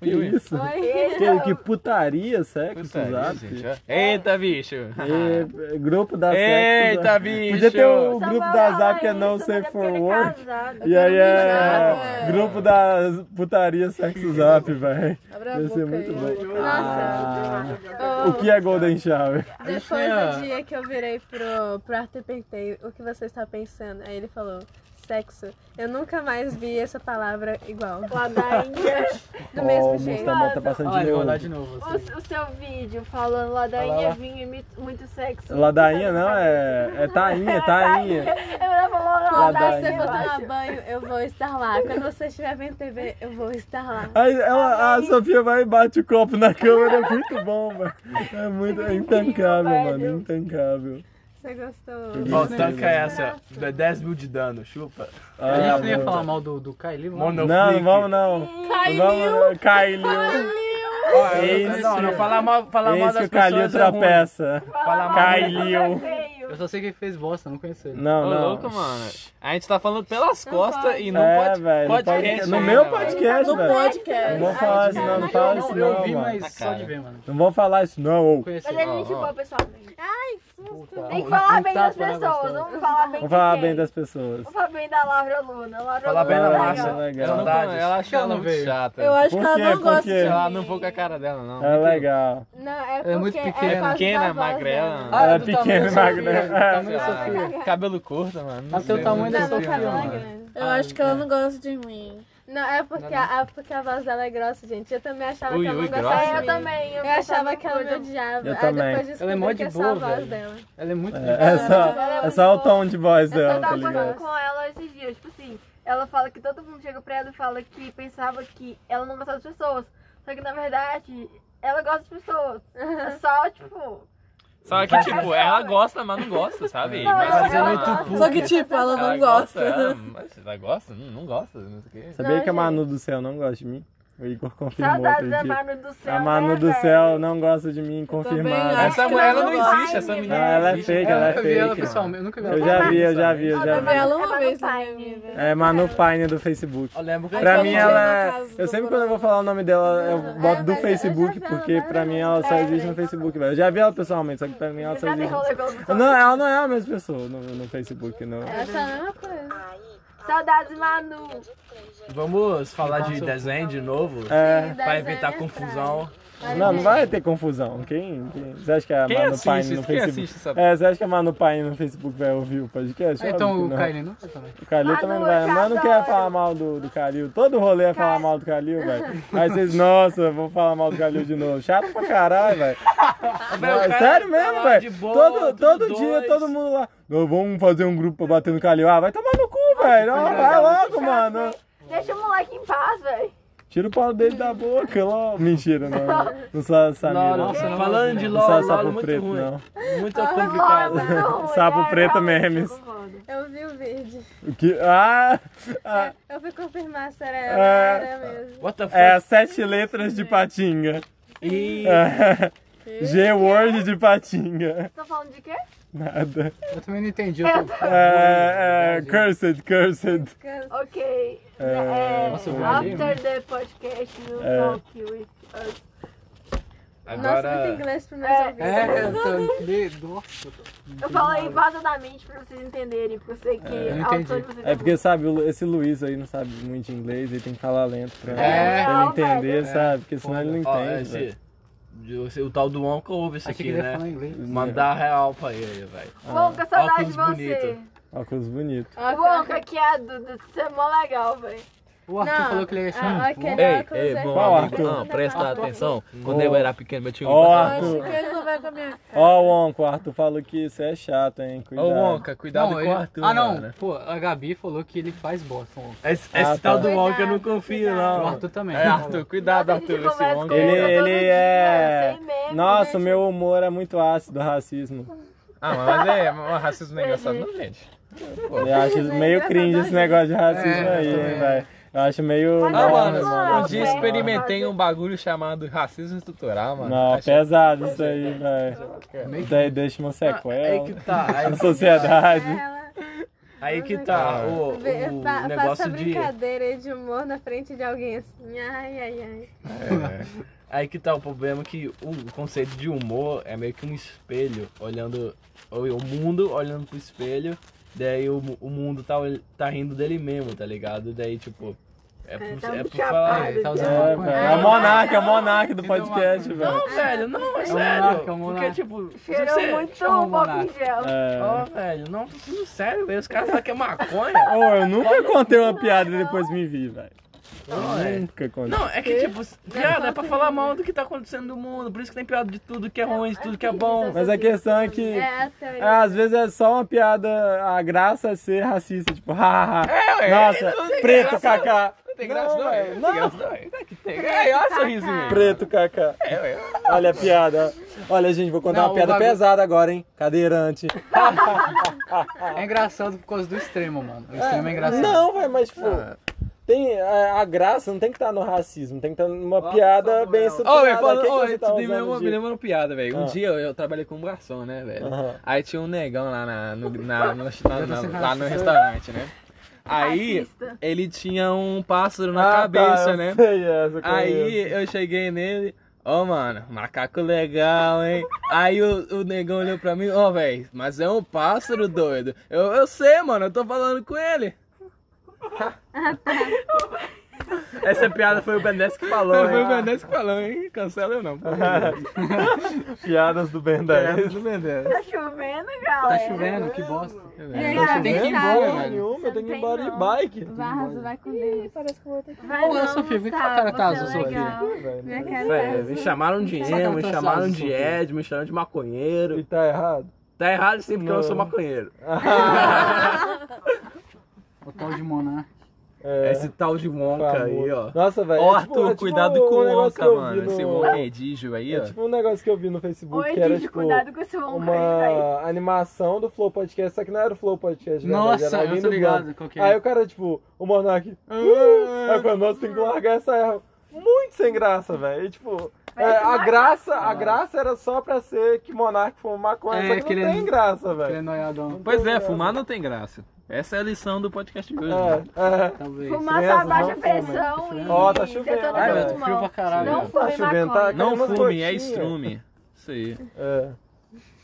Speaker 6: Que isso? Que, que putaria, sexo,
Speaker 10: Putaria,
Speaker 6: zap.
Speaker 10: gente, é. ó. Eita, bicho.
Speaker 6: E, eh, grupo da sexo.
Speaker 10: Eita,
Speaker 6: zap.
Speaker 10: bicho.
Speaker 6: Podia ter
Speaker 4: Só
Speaker 6: o grupo
Speaker 4: pra
Speaker 6: da
Speaker 4: falar
Speaker 6: zap que
Speaker 4: Tá Ah,
Speaker 6: é
Speaker 4: isso,
Speaker 6: não
Speaker 4: mas
Speaker 6: safe
Speaker 4: é
Speaker 6: for
Speaker 4: porque ele é
Speaker 6: work.
Speaker 4: casado.
Speaker 6: E aí
Speaker 9: Obrigada,
Speaker 6: é
Speaker 9: é.
Speaker 6: grupo da putaria, sexo, zap, velho.
Speaker 9: Abre a
Speaker 6: Ia ser
Speaker 9: boca
Speaker 6: muito
Speaker 9: aí.
Speaker 6: bom.
Speaker 2: Nossa.
Speaker 6: Ah, o que é Golden Shower?
Speaker 2: Depois do dia que eu virei pro, pro Arthur e perguntei o que você está pensando, aí ele falou sexo. Eu nunca mais vi essa palavra igual.
Speaker 4: Ladainha.
Speaker 2: Do mesmo
Speaker 6: Ó, o
Speaker 2: jeito.
Speaker 6: Monstro da Mão tá passando
Speaker 7: Ah,
Speaker 6: de
Speaker 7: ele vai
Speaker 6: novo.
Speaker 7: dar de novo. assim.
Speaker 4: o, o seu vídeo falando ladainha,
Speaker 7: Olha lá.
Speaker 4: vinho e mi- muito sexo.
Speaker 6: Ladainha não, é, é tainha, tainha.
Speaker 4: Eu ia falar
Speaker 2: Quando você
Speaker 4: ladainha.
Speaker 2: for
Speaker 4: eu acho.
Speaker 2: tomar banho, eu vou estar lá. Quando você estiver vendo TV, eu vou estar lá.
Speaker 6: Aí ela, a Sofia vai e bate o copo na câmera, é muito bom, mano. É muito é intancável, mano, é intancável.
Speaker 2: Você gostou?
Speaker 3: Ó, tanca
Speaker 10: é
Speaker 3: essa. Dá 10 mil de dano, chupa.
Speaker 6: Ah,
Speaker 7: A gente não ia
Speaker 6: mano.
Speaker 7: falar mal do, do Kylie, mano.
Speaker 3: Monoflick.
Speaker 6: Não, não vamos não. Vamos não, Cailio. É
Speaker 3: Ó, eu-
Speaker 6: Esse-
Speaker 3: não, não, falar mal, falar mal
Speaker 6: Esse que
Speaker 3: das
Speaker 6: o Calil
Speaker 3: pessoas é ruim.
Speaker 6: tropeça.
Speaker 3: Falar mal
Speaker 6: Cailio.
Speaker 7: Eu só sei que ele fez bosta, não conheço ele.
Speaker 6: Não,
Speaker 10: Ô,
Speaker 6: não.
Speaker 10: louco, mano. A gente tá falando pelas costas e não
Speaker 6: É,
Speaker 10: pode. né,
Speaker 6: velho. não
Speaker 10: podcast
Speaker 6: pode- No
Speaker 10: ainda,
Speaker 6: meu
Speaker 10: velho.
Speaker 6: podcast, velho.
Speaker 9: podcast.
Speaker 4: É,
Speaker 6: Não vou falar isso não, não fala isso
Speaker 7: Não, é, eu
Speaker 6: não,
Speaker 7: vi,
Speaker 6: mano.
Speaker 7: mas
Speaker 10: cara.
Speaker 7: só de ver, mano.
Speaker 6: Não vou falar isso não.
Speaker 7: Não conheço
Speaker 4: Mas
Speaker 7: ele.
Speaker 4: ele é gente
Speaker 10: Ó, ó.
Speaker 4: boa, pessoalmente.
Speaker 7: Puta.
Speaker 4: Tem que falar
Speaker 7: Um
Speaker 4: bem das
Speaker 7: tapa na
Speaker 4: pessoas.
Speaker 7: gostosa.
Speaker 4: Vamos falar bem
Speaker 6: Vamos falar
Speaker 4: de
Speaker 6: bem
Speaker 4: quem?
Speaker 6: das pessoas.
Speaker 4: Vamos falar bem da Laura Luna. Laura
Speaker 3: Falar bem
Speaker 4: Luna
Speaker 3: da
Speaker 4: é
Speaker 6: Laura,
Speaker 4: legal.
Speaker 6: legal.
Speaker 10: Ela, não,
Speaker 3: Saudades.
Speaker 10: ela acha
Speaker 7: Ela
Speaker 10: ela
Speaker 7: não
Speaker 10: muito
Speaker 7: veio.
Speaker 10: chata.
Speaker 9: Eu acho
Speaker 6: Por
Speaker 9: que ela
Speaker 6: quê?
Speaker 9: não
Speaker 6: Por
Speaker 9: gosta
Speaker 6: quê?
Speaker 9: de mim.
Speaker 10: Ela não foi com a cara dela, não.
Speaker 6: É legal.
Speaker 2: Não, é porque
Speaker 7: É muito
Speaker 2: por
Speaker 7: pequena.
Speaker 2: causa da
Speaker 10: Pequena,
Speaker 2: voz
Speaker 10: magrela.
Speaker 2: dela.
Speaker 7: Ah,
Speaker 3: né?
Speaker 6: Ela é
Speaker 7: do
Speaker 6: pequena e
Speaker 7: tamanho da
Speaker 6: magra.
Speaker 7: Sofia, do tamanho da
Speaker 10: Ah,
Speaker 7: Sofia.
Speaker 10: Cabelo curto, mano. não
Speaker 7: Ela tem o
Speaker 10: sei.
Speaker 7: tamanho da
Speaker 2: Não, meu
Speaker 7: Sofia,
Speaker 2: cabelo é
Speaker 7: mano.
Speaker 2: grande.
Speaker 9: Eu acho que ela não gosta de mim.
Speaker 2: Não, é porque, a, é porque a voz dela é grossa, gente. Eu também achava
Speaker 10: Ui,
Speaker 2: que ela
Speaker 10: ui,
Speaker 2: não gostava
Speaker 10: grossa.
Speaker 2: de
Speaker 4: É,
Speaker 2: mim.
Speaker 4: eu também.
Speaker 2: Eu achava
Speaker 4: também
Speaker 2: que ela me
Speaker 4: curto.
Speaker 2: odiava.
Speaker 6: Eu
Speaker 2: Aí
Speaker 6: também.
Speaker 2: depois descobri
Speaker 7: Ela é mó de
Speaker 2: que
Speaker 7: boa,
Speaker 2: é só a voz
Speaker 7: velho.
Speaker 2: dela.
Speaker 7: Ela é muito...
Speaker 6: É, é só, é só o tom de voz dela,
Speaker 4: Eu
Speaker 6: tá
Speaker 4: tava
Speaker 6: ligado?
Speaker 4: falando com ela esses dias, tipo assim, ela fala que todo mundo chega pra ela e fala que pensava que ela não gostava das pessoas. Só que na verdade, ela gosta das pessoas. É só, tipo.
Speaker 10: Só que, tipo, ela gosta, mas não gosta, sabe?
Speaker 4: Não, ela-
Speaker 10: mas
Speaker 4: ela
Speaker 10: ela-
Speaker 4: gosta.
Speaker 9: Só que, tipo, ela não
Speaker 10: ela
Speaker 9: gosta.
Speaker 3: é.
Speaker 10: ela- mas ela gosta? Não, não gosta, não sei o quê.
Speaker 6: Sabia
Speaker 2: Não,
Speaker 6: que a
Speaker 2: gente.
Speaker 6: Manu do Céu não gosta de mim? O Igor confirmou outro
Speaker 4: Saudades da
Speaker 6: dia.
Speaker 4: Manu do céu.
Speaker 6: A Manu
Speaker 4: né,
Speaker 6: do
Speaker 4: velho?
Speaker 6: Céu não gosta de mim,
Speaker 9: também
Speaker 6: confirmado.
Speaker 9: acho.
Speaker 10: Essa
Speaker 9: que
Speaker 10: mulher, ela
Speaker 9: ela
Speaker 10: não
Speaker 4: não
Speaker 10: existe, essa
Speaker 4: gosta.
Speaker 10: menina.
Speaker 6: Não, ela é
Speaker 10: existe.
Speaker 6: fake, ela é
Speaker 7: Eu vi ela
Speaker 6: fake.
Speaker 7: pessoalmente, eu nunca vi ela
Speaker 6: Eu já vi, eu já vi, eu
Speaker 9: Eu
Speaker 6: já
Speaker 9: levei
Speaker 6: vi.
Speaker 2: é
Speaker 9: ela uma
Speaker 4: Ela
Speaker 9: vez
Speaker 4: não
Speaker 9: na
Speaker 4: tá
Speaker 9: minha
Speaker 4: em mim,
Speaker 9: vida.
Speaker 6: É Manu Paine do Facebook.
Speaker 3: Eu lembro que
Speaker 6: Pra
Speaker 9: eu
Speaker 6: mim
Speaker 9: não
Speaker 6: ela
Speaker 9: sei na casa
Speaker 6: é. Eu
Speaker 9: do
Speaker 6: sempre
Speaker 9: Bruno.
Speaker 6: quando eu vou falar o nome dela, eu boto do
Speaker 2: mas eu já
Speaker 6: Facebook,
Speaker 2: vi ela
Speaker 6: porque pra
Speaker 2: várias
Speaker 6: mim
Speaker 2: vezes.
Speaker 6: ela só
Speaker 4: É,
Speaker 6: existe no
Speaker 4: gente.
Speaker 6: Facebook, velho. Eu já vi ela pessoalmente, só que pra mim ela só
Speaker 4: Já dei
Speaker 6: existe.
Speaker 4: rolê pelo pessoal.
Speaker 6: Não, ela não é a mesma pessoa no, no Facebook, não.
Speaker 2: Eu achava a mesma coisa.
Speaker 4: Saudades, Manu.
Speaker 3: Vamos falar de desenho de novo?
Speaker 6: É.
Speaker 3: Pra evitar confusão.
Speaker 6: Não, não vai ter confusão. Quem, quem- Você acha que a
Speaker 10: Quem
Speaker 6: Manu
Speaker 10: assiste?
Speaker 6: Paine no
Speaker 10: Quem
Speaker 6: Facebook?
Speaker 10: assiste essa-
Speaker 6: É, você acha que a Manu Paine no Facebook vai ouvir o podcast?
Speaker 7: Ah,
Speaker 6: Óbvio
Speaker 7: Então
Speaker 6: que
Speaker 7: o
Speaker 6: não.
Speaker 7: Kylie não foi também.
Speaker 6: O Calil
Speaker 4: Manu,
Speaker 6: também não vai.
Speaker 4: eu te
Speaker 6: Manu quer
Speaker 4: adoro.
Speaker 6: falar mal do, do Calil. Todo rolê é falar mal do Calil, velho. Aí vocês, nossa, eu vou falar mal do Calil de novo. Chato pra caralho, velho.
Speaker 3: Velho, o cara
Speaker 6: Sério
Speaker 3: tá lá
Speaker 6: mesmo,
Speaker 3: de
Speaker 6: velho.
Speaker 3: boa,
Speaker 6: Todo,
Speaker 3: tudo
Speaker 6: todo dia,
Speaker 3: dois.
Speaker 6: todo mundo lá. "Não, Vamos fazer um grupo pra bater no Calil. Ah, vai tomar no cu, velho. Ó, Vai logo, mano.
Speaker 4: Deixa o moleque em paz, velho.
Speaker 6: Tira o pau dele da boca, lá. Mentira, não. Não sou a Samira.
Speaker 3: Lolo,
Speaker 6: não.
Speaker 3: falando de
Speaker 6: Não sou a
Speaker 3: LOL, LOL é
Speaker 6: Sapo
Speaker 3: muito
Speaker 6: Preto,
Speaker 3: ruim.
Speaker 6: não.
Speaker 3: Muito complicado.
Speaker 4: é
Speaker 6: Sapo Preto memes.
Speaker 2: Eu vi o verde.
Speaker 6: O que? Ah! ah,
Speaker 2: Eu fui confirmar se era,
Speaker 6: É.
Speaker 2: era mesmo.
Speaker 3: What the fuck?
Speaker 6: É, sete letras de patinga.
Speaker 3: Ih,
Speaker 6: G-Word de patinga.
Speaker 4: Tô tá falando de quê?
Speaker 6: Nada.
Speaker 7: Eu também não entendi.
Speaker 2: É.
Speaker 7: Eu
Speaker 3: Tá
Speaker 7: tô...
Speaker 6: É, é, cursed, cursed.
Speaker 4: Ok. É...
Speaker 7: Nossa, eu viajei,
Speaker 4: after the podcast, we'll
Speaker 6: É.
Speaker 4: talk with us.
Speaker 2: Nossa, muito
Speaker 3: agora.
Speaker 2: inglês pro meus
Speaker 4: É.
Speaker 2: ouvidos.
Speaker 7: É, eu tô... de- Nossa,
Speaker 4: Eu falei vazadamente pra vocês entenderem, porque eu sei que
Speaker 7: eu não
Speaker 4: a
Speaker 7: entendi.
Speaker 4: altura de vocês
Speaker 6: É porque, sabe, o Lu- esse Luiz aí não sabe muito de inglês, ele tem que falar lento pra,
Speaker 7: É.
Speaker 6: pra ele entender,
Speaker 4: É.
Speaker 6: sabe? Porque senão ele não
Speaker 3: Ó, é
Speaker 6: entende. velho.
Speaker 3: esse, esse- o tal do Onca ouve isso
Speaker 7: achei
Speaker 3: aqui,
Speaker 7: que ele tá ia falar
Speaker 3: né?
Speaker 7: inglês.
Speaker 3: Mandar real pra ele, velho.
Speaker 4: Bom, com saudade de
Speaker 3: óculos
Speaker 4: você.
Speaker 3: bonito.
Speaker 6: Óculos bonito.
Speaker 4: O Onca que é a Duda, você é mó legal, velho.
Speaker 7: O Arthur
Speaker 2: Não,
Speaker 7: falou que ele ia
Speaker 2: ah,
Speaker 7: chamar.
Speaker 2: aquele
Speaker 3: Ei,
Speaker 2: óculos
Speaker 3: ei,
Speaker 2: é-
Speaker 3: bom,
Speaker 6: Qual
Speaker 3: amigo,
Speaker 6: Arthur?
Speaker 3: não, presta atenção. Quando
Speaker 6: Ó.
Speaker 3: eu era pequeno, eu tinha um
Speaker 6: Ó,
Speaker 3: personagem.
Speaker 9: Eu acho
Speaker 6: Arthur.
Speaker 9: que ele não vai com a minha cara.
Speaker 6: Ó, o Onco, o Arthur falou que isso é chato, hein?
Speaker 10: Ô,
Speaker 6: Cuidado.
Speaker 10: Wonka, cuidado
Speaker 7: Não,
Speaker 10: com
Speaker 7: ele-
Speaker 10: o Arthur.
Speaker 7: Ah, não.
Speaker 10: mano.
Speaker 7: Pô, a Gabi falou que ele faz bosta. O
Speaker 3: Esse, esse tal
Speaker 6: Ah, tá.
Speaker 3: do Wonka eu não confio,
Speaker 7: o
Speaker 3: não.
Speaker 7: Arthur também.
Speaker 10: É, Arthur, cuidado,
Speaker 4: Nossa, a gente
Speaker 10: Arthur, esse
Speaker 4: conversa
Speaker 10: Wonka.
Speaker 4: com
Speaker 6: Ele,
Speaker 4: Todo
Speaker 6: ele
Speaker 4: dia,
Speaker 6: é.
Speaker 4: sem meme,
Speaker 6: Nossa,
Speaker 4: né,
Speaker 6: meu humor é muito ácido, racismo.
Speaker 10: Ah, mas é, mas racismo não é engraçado, não, gente.
Speaker 6: Eu acho meio cringe esse negócio de racismo
Speaker 10: É,
Speaker 6: aí,
Speaker 10: eu também.
Speaker 6: hein, velho. Eu acho meio.
Speaker 4: Ah,
Speaker 10: Ah,
Speaker 6: Nossa,
Speaker 10: mano,
Speaker 4: mano,
Speaker 10: um dia
Speaker 4: velho. é.
Speaker 10: experimentei um bagulho chamado racismo estrutural, mano. é.
Speaker 6: Não,
Speaker 10: Achei-
Speaker 6: pesado isso aí, velho. Daí deixa uma
Speaker 3: Aí
Speaker 6: sequela.
Speaker 3: é. que tá,
Speaker 6: Na
Speaker 3: aí,
Speaker 6: sociedade.
Speaker 2: Ela
Speaker 3: aí que
Speaker 4: Ah.
Speaker 3: tá o, o
Speaker 2: vê- fa- faça
Speaker 3: negócio de.
Speaker 2: brincadeira de humor na frente de alguém assim. Ai, ai, ai.
Speaker 3: Aí que tá o problema que o conceito de humor é meio que um espelho, olhando ou o mundo olhando pro espelho, daí o, mu- o mundo tá, ol- tá rindo dele mesmo, tá ligado? Daí tipo, é por,
Speaker 4: tá
Speaker 3: é
Speaker 4: muito
Speaker 3: por falar.
Speaker 4: chapado.
Speaker 7: Tá
Speaker 6: É,
Speaker 7: usando
Speaker 6: velho.
Speaker 7: maconha.
Speaker 6: É o monarca, é o monarca do podcast, velho.
Speaker 4: Ah,
Speaker 3: Não, velho, não, é
Speaker 7: É um
Speaker 3: sério.
Speaker 7: monarca, é um
Speaker 3: Porque
Speaker 7: monarca.
Speaker 3: tipo, se
Speaker 4: Cheirou
Speaker 3: você.
Speaker 4: muito
Speaker 7: chama o
Speaker 4: o pop
Speaker 7: monarca.
Speaker 4: em gel.
Speaker 6: É.
Speaker 3: Ó, velho, não, tô falando sério, velho. Os caras falam que é maconha.
Speaker 6: Oh, eu nunca contei uma piada e depois me vi, velho.
Speaker 3: Não, é.
Speaker 6: Nunca contei.
Speaker 3: Não, é que tipo, piada é pra falar mal do que tá acontecendo no mundo. Por isso que tem piada de tudo que é ruim, de tudo que é bom.
Speaker 6: Mas a questão é que.
Speaker 2: É a teoria.
Speaker 6: É, às vezes é só uma piada, a graça é ser racista, tipo, haha,
Speaker 3: É, ué,
Speaker 6: nossa,
Speaker 3: não tem
Speaker 6: preto,
Speaker 3: graça.
Speaker 6: kaká,
Speaker 3: Não tem graça, não, é. Não tem graça, não, é.
Speaker 10: É, olha o sorrisinho.
Speaker 6: preto, kaká. Olha a piada, olha gente, vou contar
Speaker 7: Não,
Speaker 6: uma
Speaker 7: o
Speaker 6: piada
Speaker 7: bagulho-
Speaker 6: pesada agora, hein, cadeirante.
Speaker 7: É engraçado por causa do extremo, mano. O extremo é engraçado.
Speaker 6: Tá,
Speaker 7: Ah.
Speaker 6: Não, velho, mas tipo, tem, é, a, a graça não tem que estar no racismo, tem que estar numa
Speaker 7: Nossa,
Speaker 6: piada
Speaker 7: Samuel.
Speaker 6: bem
Speaker 10: Ô,
Speaker 6: estruturada.
Speaker 10: velho, falando,
Speaker 6: que que
Speaker 10: ô,
Speaker 6: você
Speaker 10: isso
Speaker 6: tá
Speaker 10: me
Speaker 6: usando
Speaker 10: lembrou-
Speaker 6: de-
Speaker 10: me lembrou uma piada, velho. Um
Speaker 6: Ah.
Speaker 10: dia eu, eu trabalhei com um garçom, né, velho?
Speaker 6: Aham.
Speaker 10: Aí tinha um negão lá, na, no, na- no- na- na-
Speaker 7: sendo
Speaker 10: lá no
Speaker 7: racista.
Speaker 10: restaurante, né? Aí
Speaker 4: Racista.
Speaker 10: ele tinha um pássaro na
Speaker 6: Ah, tá,
Speaker 10: cabeça,
Speaker 6: eu
Speaker 10: né?
Speaker 6: sei essa, eu conheço.
Speaker 10: Aí eu cheguei nele, ó, mano, macaco legal, hein? Aí o, o negão olhou pra mim, ó, velho, mas é um pássaro doido. Eu, eu sei, mano, eu tô falando com ele.
Speaker 3: Essa piada foi o Benes que falou.
Speaker 10: Foi
Speaker 3: hein?
Speaker 10: o Mendes que falou, hein? Cancela eu não. pô.
Speaker 6: piadas do Ben 10.
Speaker 4: Tá chovendo, galera.
Speaker 7: Tá chovendo, que bosta.
Speaker 2: Gente,
Speaker 7: Você É, tem que ir embora,
Speaker 6: Porra
Speaker 7: velho.
Speaker 6: nenhuma, eu tenho que ir
Speaker 4: Não tem,
Speaker 6: embora de
Speaker 4: não.
Speaker 6: bike.
Speaker 2: Varras, vai com Deus.
Speaker 9: Parece que eu vou ter que.
Speaker 2: Vai
Speaker 7: Ô,
Speaker 2: não,
Speaker 7: Sofia, vem com a
Speaker 2: tá,
Speaker 7: cara
Speaker 2: você
Speaker 7: tá
Speaker 2: é
Speaker 7: azul, Sofia.
Speaker 2: legal.
Speaker 6: Velho,
Speaker 2: Minha cara tá
Speaker 3: Véi,
Speaker 2: azul.
Speaker 3: me chamaram de
Speaker 7: Saca
Speaker 3: emo, me
Speaker 7: teu
Speaker 3: chamaram
Speaker 7: saldo,
Speaker 3: de
Speaker 7: Sophie.
Speaker 3: Ed, me chamaram de
Speaker 6: E
Speaker 3: maconheiro.
Speaker 6: tá errado?
Speaker 3: Tá errado sim, porque eu não sou
Speaker 6: Não.
Speaker 3: maconheiro.
Speaker 7: O tal de né? Monar.
Speaker 6: É,
Speaker 3: Esse tal de Wonka
Speaker 6: famoso.
Speaker 3: aí, ó.
Speaker 6: Nossa, velho.
Speaker 10: Ó,
Speaker 6: é tipo-
Speaker 10: Arthur,
Speaker 6: é tipo
Speaker 10: cuidado
Speaker 6: um
Speaker 10: com o
Speaker 6: negócio que
Speaker 10: Onca,
Speaker 6: eu vi
Speaker 10: mano.
Speaker 6: no-
Speaker 10: Esse Onca edígio aí,
Speaker 6: É
Speaker 10: ó.
Speaker 6: tipo um negócio que eu vi no Facebook
Speaker 4: Oi,
Speaker 6: que era
Speaker 4: Didi,
Speaker 6: tipo
Speaker 4: cuidado com esse ombro
Speaker 6: tá
Speaker 4: aí, velho.
Speaker 6: uma animação do Flow Podcast, só que não era o Flow Podcast. né, velho,
Speaker 7: Nossa,
Speaker 6: era alguém
Speaker 7: eu tô
Speaker 6: do
Speaker 7: ligado.
Speaker 6: Bando.
Speaker 7: Qual que é?
Speaker 6: Aí o cara, tipo, o Monark. "Ah", Aí quando nós tem que largar essa erra. Muito sem graça, velho. E, Tipo, é, a graça, a graça era só pra ser que Monark foi maconha,
Speaker 7: É,
Speaker 6: só que,
Speaker 7: que
Speaker 6: não
Speaker 7: ele-
Speaker 6: tem graça,
Speaker 7: Ele é
Speaker 6: velho.
Speaker 7: noiadão.
Speaker 10: Pois é, fumar não tem graça. Essa é a lição do podcast de hoje. né?
Speaker 6: É, é.
Speaker 7: Talvez.
Speaker 4: Fumaça
Speaker 6: crianças
Speaker 4: a baixa
Speaker 6: não
Speaker 4: pressão e.
Speaker 6: Ó, tá chovendo.
Speaker 4: detonador
Speaker 6: Ai,
Speaker 7: Ai,
Speaker 6: meu,
Speaker 7: velho,
Speaker 4: de
Speaker 7: tô É frio
Speaker 4: pulmão.
Speaker 7: pra caralho.
Speaker 4: Não
Speaker 7: velho.
Speaker 6: Tá
Speaker 4: fume
Speaker 6: chovendo, tá?
Speaker 4: maconha.
Speaker 10: Não
Speaker 6: umas
Speaker 10: fume, é
Speaker 6: gotinhas.
Speaker 10: estrume. Isso aí.
Speaker 6: É.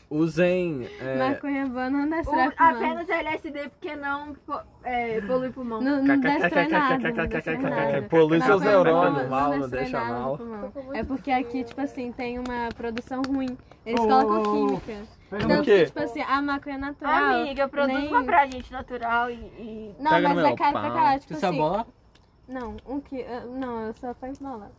Speaker 3: Usem. É,
Speaker 2: Maconha boa não
Speaker 4: O-
Speaker 2: destrói pulmão.
Speaker 4: apenas LSD, porque não po- é, polui pulmão.
Speaker 2: Não, não destrói nada, não destrói nada.
Speaker 1: é
Speaker 6: Polui seus
Speaker 2: Maconha boa
Speaker 7: né?
Speaker 6: neurônios.
Speaker 3: mal, não
Speaker 2: destrói
Speaker 3: deixa
Speaker 2: nada no
Speaker 3: mal.
Speaker 2: pulmão. É porque aqui, tipo assim, tem uma produção ruim. Eles
Speaker 7: Ô,
Speaker 2: colocam
Speaker 7: ô, ô, ô.
Speaker 2: química.
Speaker 7: Pega
Speaker 2: Tanto
Speaker 7: no-
Speaker 6: quê?
Speaker 2: que, tipo assim, a maconha natural...
Speaker 4: Amiga, produz
Speaker 2: nem-
Speaker 4: uma pra gente natural e. e-
Speaker 2: Não,
Speaker 10: Pega no
Speaker 2: mas
Speaker 10: meu
Speaker 2: é caro pra
Speaker 10: pau.
Speaker 2: caralho. Tipo
Speaker 7: Você sabe
Speaker 2: assim,
Speaker 7: bola?
Speaker 2: Não, um quilo. Não, eu só tô enrolando.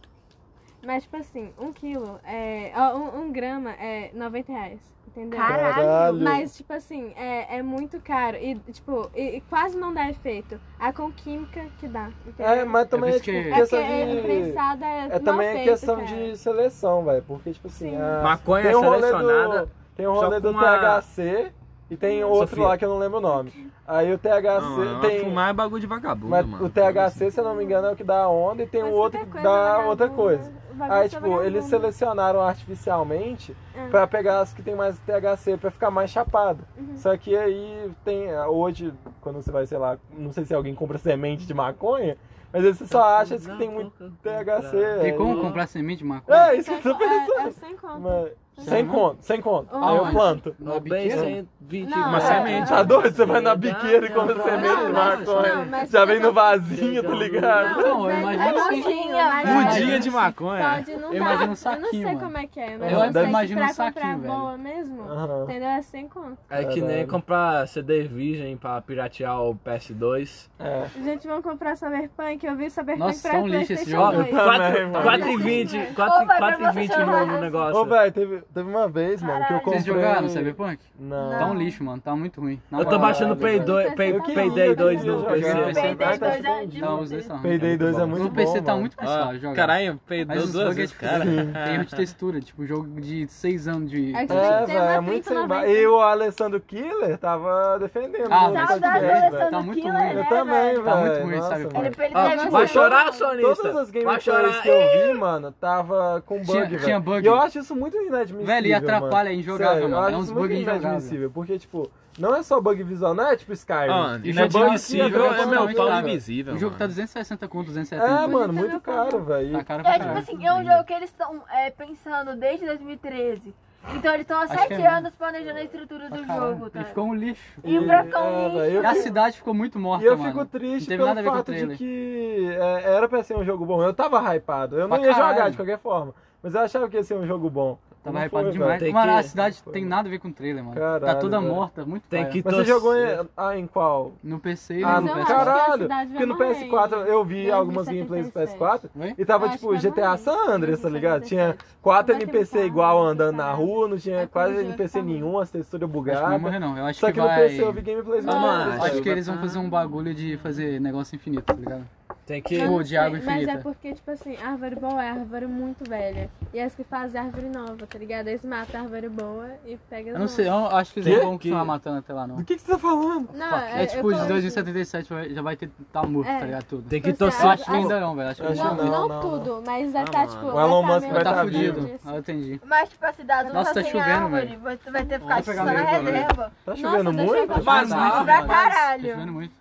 Speaker 2: Mas, tipo assim, um quilo é. ó, Um, um grama é 90 reais. Entendeu?
Speaker 4: Caralho.
Speaker 2: Mas, tipo assim, é, é muito caro. E, tipo, e, e quase não dá efeito. É A com química que dá. Entendeu?
Speaker 6: É, mas também
Speaker 7: por
Speaker 6: é
Speaker 7: isso
Speaker 6: tipo
Speaker 7: que-
Speaker 2: É
Speaker 6: questão
Speaker 2: porque é
Speaker 6: de.
Speaker 2: prensada é.
Speaker 6: É
Speaker 2: mal
Speaker 6: também
Speaker 2: feito,
Speaker 6: questão
Speaker 2: cara.
Speaker 6: de seleção, velho. Porque, tipo assim, a...
Speaker 3: Maconha
Speaker 6: tem um rolê
Speaker 3: selecionada.
Speaker 6: do- Tem um
Speaker 3: só
Speaker 6: rolê do
Speaker 3: com a- Hum,
Speaker 6: THC e tem outro
Speaker 3: Sofia.
Speaker 6: lá que eu não lembro o nome. Aí o THC
Speaker 10: Não, mano,
Speaker 6: tem.
Speaker 10: Fumar é bagulho de vagabundo,
Speaker 6: mas
Speaker 10: mano. é
Speaker 6: o THC, se eu não me engano, é o que dá a onda e tem
Speaker 2: Mas
Speaker 6: o outro que
Speaker 2: qualquer
Speaker 6: dá
Speaker 2: vagabundo,
Speaker 6: outra coisa.
Speaker 2: vagabundo
Speaker 6: Aí,
Speaker 2: é
Speaker 6: tipo,
Speaker 2: vagabundo.
Speaker 6: eles selecionaram artificialmente
Speaker 2: Ah.
Speaker 6: pra pegar as que tem mais THC, pra ficar mais chapado.
Speaker 2: Uhum.
Speaker 6: Só que aí tem. Hoje, quando você vai, sei lá, não sei se alguém compra semente de maconha, mas aí você só
Speaker 3: Tá
Speaker 6: acha as que tem muito THC.
Speaker 7: Tem
Speaker 6: aí-
Speaker 7: como comprar semente de maconha?
Speaker 6: É, isso que eu tô
Speaker 2: É,
Speaker 6: pensando.
Speaker 2: é sem conta.
Speaker 6: Mas, Sem conto, sem conto. Aí eu
Speaker 7: Aonde?
Speaker 6: planto.
Speaker 7: Na biqueira?
Speaker 3: 120
Speaker 2: Não,
Speaker 1: Uma
Speaker 2: é-
Speaker 1: semente.
Speaker 6: Tá doido? Você vai na biqueira e
Speaker 3: Não,
Speaker 6: come
Speaker 3: não,
Speaker 6: semente de
Speaker 2: não, mas-
Speaker 6: maconha.
Speaker 2: não, mas
Speaker 6: Já vem no
Speaker 2: não-
Speaker 6: vasinho, tá ligado?
Speaker 7: Não, eu
Speaker 2: Mas
Speaker 4: É
Speaker 7: imagino sim.
Speaker 4: novinho,
Speaker 2: Não,
Speaker 1: Um
Speaker 2: mas-
Speaker 4: mas...
Speaker 1: dia de maconha.
Speaker 2: Pode não
Speaker 7: Eu
Speaker 2: dá.
Speaker 7: imagino um
Speaker 2: Eu
Speaker 7: saquinho,
Speaker 2: não sei
Speaker 7: mano.
Speaker 2: como é que é, mas
Speaker 6: Eu
Speaker 2: eu, sei que
Speaker 7: imagino um
Speaker 2: pra comprar
Speaker 7: saquinho, velho.
Speaker 2: boa mesmo,
Speaker 6: Aham.
Speaker 2: entendeu? É sem conto.
Speaker 3: É que nem
Speaker 6: Caralho.
Speaker 3: comprar CD virgem pra piratear o PS2.
Speaker 6: É.
Speaker 2: Gente, vamos comprar Cyberpunk. Eu vi Cyberpunk
Speaker 7: Nossa,
Speaker 2: pra
Speaker 7: tá um lixo esse
Speaker 2: PlayStation
Speaker 3: jogo.
Speaker 2: 2.
Speaker 6: Também, mano.
Speaker 3: 4,20
Speaker 4: Ô, vai, pra
Speaker 3: 4,20
Speaker 4: você
Speaker 3: no,
Speaker 4: jogar.
Speaker 3: no negócio.
Speaker 6: Ô, velho, teve, teve uma vez, mano, que eu comprei...
Speaker 7: Vocês jogaram Cyberpunk?
Speaker 6: Não.
Speaker 7: Tá um lixo, mano. Tá muito ruim. Na
Speaker 3: eu tô
Speaker 7: moral.
Speaker 3: baixando
Speaker 6: Caralho,
Speaker 3: Pay
Speaker 6: velho.
Speaker 3: dois- Pay-
Speaker 6: Eu queria, um eu
Speaker 3: Payday 2
Speaker 6: queria
Speaker 3: no
Speaker 6: jogar.
Speaker 3: PC.
Speaker 4: Perdei dois
Speaker 6: Tá
Speaker 4: anos de
Speaker 7: Não, os dois
Speaker 4: você.
Speaker 7: são ruins.
Speaker 6: Payday 2 é muito bom,
Speaker 7: No PC tá
Speaker 6: mano.
Speaker 7: muito mais fácil
Speaker 1: Ah,
Speaker 7: jogar.
Speaker 1: Caralho,
Speaker 7: Mas
Speaker 1: peidou
Speaker 7: os
Speaker 1: duas
Speaker 7: bugs é
Speaker 1: vezes,
Speaker 7: tipo,
Speaker 1: cara.
Speaker 7: tem erro de textura, tipo, jogo de 6 anos de...
Speaker 2: É que você
Speaker 6: É,
Speaker 2: tem que ter
Speaker 6: velho,
Speaker 2: uma
Speaker 6: é muito sem
Speaker 2: 30,
Speaker 6: ba...
Speaker 2: 90.
Speaker 6: E o Alessandro Killer tava defendendo.
Speaker 7: Ah,
Speaker 6: o podcast,
Speaker 7: mas
Speaker 4: Saudade do
Speaker 7: velho,
Speaker 6: velho.
Speaker 7: tá
Speaker 4: Alessandro
Speaker 7: muito
Speaker 4: Killer,
Speaker 7: ruim.
Speaker 4: né,
Speaker 6: Eu também,
Speaker 4: velho?
Speaker 6: velho.
Speaker 7: Tá muito ruim,
Speaker 6: Nossa,
Speaker 7: sabe,
Speaker 6: mano.
Speaker 4: Ele, ele
Speaker 3: Ah,
Speaker 4: deve
Speaker 3: vai
Speaker 4: ser-
Speaker 3: chorar,
Speaker 6: Todas
Speaker 3: sonista.
Speaker 6: as
Speaker 3: Vai
Speaker 6: gameplays
Speaker 3: chorar.
Speaker 6: que eu vi, mano, tava com bug,
Speaker 7: Tinha-
Speaker 6: velho.
Speaker 7: tinha bug.
Speaker 6: E eu acho isso muito inadmissível,
Speaker 7: Velho, e atrapalha, é injogável,
Speaker 6: Sério, eu
Speaker 7: mano.
Speaker 6: acho
Speaker 7: É uns
Speaker 6: isso muito
Speaker 7: bug injogável.
Speaker 6: inadmissível, porque, tipo, não é só bug visual, não é tipo Skyrim.
Speaker 1: Ah,
Speaker 7: E já tinha
Speaker 1: inadmissível
Speaker 7: nascido,
Speaker 1: é meu
Speaker 7: né,
Speaker 1: pau
Speaker 7: cara?
Speaker 1: invisível.
Speaker 7: O jogo tá
Speaker 1: mano.
Speaker 7: 260 conto, 270.
Speaker 6: é, mano, muito caro, velho.
Speaker 7: Tá caro pra
Speaker 4: É, tipo
Speaker 7: caralho.
Speaker 4: assim, é um jogo que eles estão pensando desde 2013. Então eles estão há
Speaker 7: Acho que
Speaker 4: sete
Speaker 7: é.
Speaker 4: anos planejando a estrutura do
Speaker 6: Ah,
Speaker 7: Pra caralho.
Speaker 4: jogo, tá?
Speaker 7: E ficou um lixo.
Speaker 4: E pra ficar
Speaker 6: É,
Speaker 4: um
Speaker 6: velho,
Speaker 4: lixo.
Speaker 6: eu
Speaker 7: E a
Speaker 6: fico-
Speaker 7: cidade ficou muito morta,
Speaker 6: E eu
Speaker 7: Tá, mano.
Speaker 6: fico triste
Speaker 7: Não teve
Speaker 6: pelo
Speaker 7: nada a ver com o
Speaker 6: fato de
Speaker 7: trailer.
Speaker 6: que é, era pra ser um jogo bom. Eu tava hypado, eu não
Speaker 7: Pra
Speaker 6: ia jogar
Speaker 7: caralho.
Speaker 6: de qualquer forma. Mas eu achava que ia ser um jogo bom.
Speaker 7: Tava
Speaker 6: Não
Speaker 7: hypado
Speaker 6: foi,
Speaker 7: demais.
Speaker 6: velho.
Speaker 3: Tem
Speaker 7: Mano,
Speaker 3: que-
Speaker 7: a cidade
Speaker 6: Foi.
Speaker 7: tem nada a ver com o trailer, mano.
Speaker 6: Caralho,
Speaker 7: tá toda
Speaker 6: velho.
Speaker 7: morta, muito
Speaker 3: Tem
Speaker 7: paia.
Speaker 3: que-
Speaker 6: Mas você jogou em,
Speaker 3: torcer.
Speaker 6: ah, em qual?
Speaker 7: No PC e
Speaker 6: Ah,
Speaker 2: Mas
Speaker 7: no
Speaker 2: eu
Speaker 6: no
Speaker 2: acho que a
Speaker 7: PS4.
Speaker 6: caralho!
Speaker 2: cidade vai
Speaker 6: Porque no
Speaker 2: morrer
Speaker 6: PS4 eu vi
Speaker 2: em
Speaker 6: algumas gameplays do
Speaker 2: 2077.
Speaker 6: PS4
Speaker 7: Oi?
Speaker 6: e tava
Speaker 2: Eu acho
Speaker 6: tipo
Speaker 2: que vai
Speaker 6: GTA
Speaker 2: morrer.
Speaker 6: San Andreas, tá ligado?
Speaker 2: 2077.
Speaker 6: Tinha quatro
Speaker 2: Vai ter
Speaker 6: NPC
Speaker 2: carro,
Speaker 6: igual
Speaker 2: vai ter
Speaker 6: andando na
Speaker 2: carro.
Speaker 6: rua, não
Speaker 2: Aí
Speaker 6: tinha
Speaker 2: todo
Speaker 6: quase
Speaker 2: dia vai um
Speaker 6: NPC
Speaker 2: ficar morto.
Speaker 6: nenhum, as texturas
Speaker 7: Acho que não vai morrer,
Speaker 6: bugadas.
Speaker 7: não. Eu acho
Speaker 6: Só
Speaker 7: que,
Speaker 6: que no
Speaker 7: vai...
Speaker 6: PC eu vi gameplays
Speaker 3: Não,
Speaker 6: maneiras,
Speaker 3: mano,
Speaker 6: velho.
Speaker 7: Acho que eles vão fazer um bagulho de fazer negócio infinito, tá ligado?
Speaker 3: Tem que.
Speaker 2: Eu
Speaker 7: Pô,
Speaker 2: não
Speaker 7: de
Speaker 2: sei,
Speaker 7: água
Speaker 2: Mas
Speaker 7: infinita.
Speaker 2: é porque, tipo assim, árvore boa é árvore muito velha. E as que fazem árvore nova, tá ligado? Eles matam a árvore boa e pegam
Speaker 7: Eu não sei, eu acho que eles
Speaker 6: Quê?
Speaker 7: não vão continuar matando até lá, não.
Speaker 6: Do que, que você tá falando?
Speaker 2: Não,
Speaker 7: É tipo,
Speaker 2: eu
Speaker 7: de
Speaker 2: falei
Speaker 7: 2077 vai- já vai ter tá morto,
Speaker 2: É.
Speaker 7: tá ligado? Tudo.
Speaker 3: Tem que
Speaker 2: Então,
Speaker 7: Eu
Speaker 2: Ah,
Speaker 7: acho que ainda não, velho. Acho que
Speaker 6: acho
Speaker 2: assim,
Speaker 7: ainda
Speaker 2: Não,
Speaker 6: não,
Speaker 7: não.
Speaker 2: não,
Speaker 6: não,
Speaker 2: tudo, mas vai tá,
Speaker 1: mano.
Speaker 2: tipo.
Speaker 1: O
Speaker 2: vai
Speaker 6: Elon
Speaker 2: tá
Speaker 6: Musk
Speaker 2: meio
Speaker 6: vai
Speaker 7: Vai tá
Speaker 6: tá
Speaker 2: disso.
Speaker 7: fudido. Ah, eu entendi.
Speaker 4: Mas, tipo, a cidade
Speaker 7: Nossa,
Speaker 4: não
Speaker 7: tá
Speaker 4: tá sem
Speaker 7: chovendo,
Speaker 4: árvore.
Speaker 7: velho.
Speaker 4: Você vai ter que ficar
Speaker 7: Vou
Speaker 4: só
Speaker 7: pegar
Speaker 4: na
Speaker 7: meu agora.
Speaker 4: reserva.
Speaker 6: Tá
Speaker 2: Nossa,
Speaker 6: chovendo
Speaker 2: tá
Speaker 6: muito?
Speaker 2: chovendo.
Speaker 7: Mas
Speaker 2: Nossa,
Speaker 7: não,
Speaker 4: Pra
Speaker 7: mano. Tá Tá
Speaker 4: caralho.
Speaker 6: é
Speaker 7: chovendo muito.
Speaker 2: tá chovendo muito.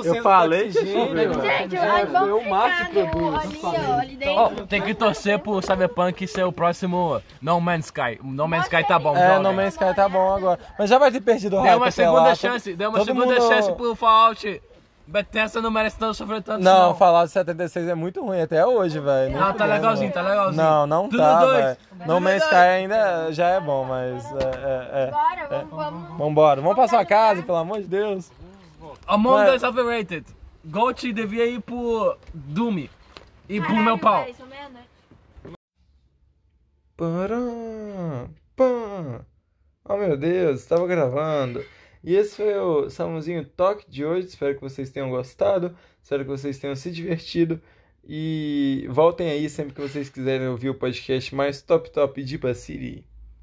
Speaker 1: 70%
Speaker 6: Eu falei
Speaker 1: do
Speaker 6: que choveu.
Speaker 1: oxigênio.
Speaker 4: Gente,
Speaker 6: É,
Speaker 4: aí
Speaker 6: foi
Speaker 4: vamos
Speaker 6: o Mark
Speaker 4: ficar
Speaker 6: que
Speaker 4: no...
Speaker 6: produz.
Speaker 4: Ali, ó, ali
Speaker 3: Ó,
Speaker 4: dentro.
Speaker 3: tem que torcer pro Cyberpunk ser o próximo No Man's Sky. No Man's Sky tá bom,
Speaker 6: É,
Speaker 3: joga.
Speaker 6: No Man's Sky tá bom agora. Mas já vai ter perdido o
Speaker 3: Deu
Speaker 6: hype
Speaker 3: uma
Speaker 6: até
Speaker 3: segunda
Speaker 6: lá.
Speaker 3: chance, deu uma
Speaker 6: Todo
Speaker 3: segunda
Speaker 6: mundo-
Speaker 3: chance pro Fallout. Bethesda não merece tanto sofrer tanto
Speaker 6: Não,
Speaker 3: não.
Speaker 6: Fallout 76 é muito ruim até hoje, velho.
Speaker 3: Não, tá legalzinho, tá legalzinho.
Speaker 6: Não, não
Speaker 3: Tudo
Speaker 6: tá,
Speaker 3: dois.
Speaker 6: velho. No Man's Sky ainda já é bom, mas... É, é, é.
Speaker 4: Bora, vamos, vamos.
Speaker 6: Vambora, vamos pra sua casa, pelo amor de Deus.
Speaker 3: Among
Speaker 6: Ué.
Speaker 3: Us Overrated. Gold devia ir pro Doom. E pro
Speaker 4: Caralho,
Speaker 3: meu pau.
Speaker 4: velho, são meia-noite.
Speaker 6: Param, pam. Oh meu Deus, estava gravando. E esse foi o Salmãozinho Toque de hoje. Espero que vocês tenham gostado. Espero que vocês tenham se divertido. E voltem aí sempre que vocês quiserem ouvir o podcast mais top top de Baciri.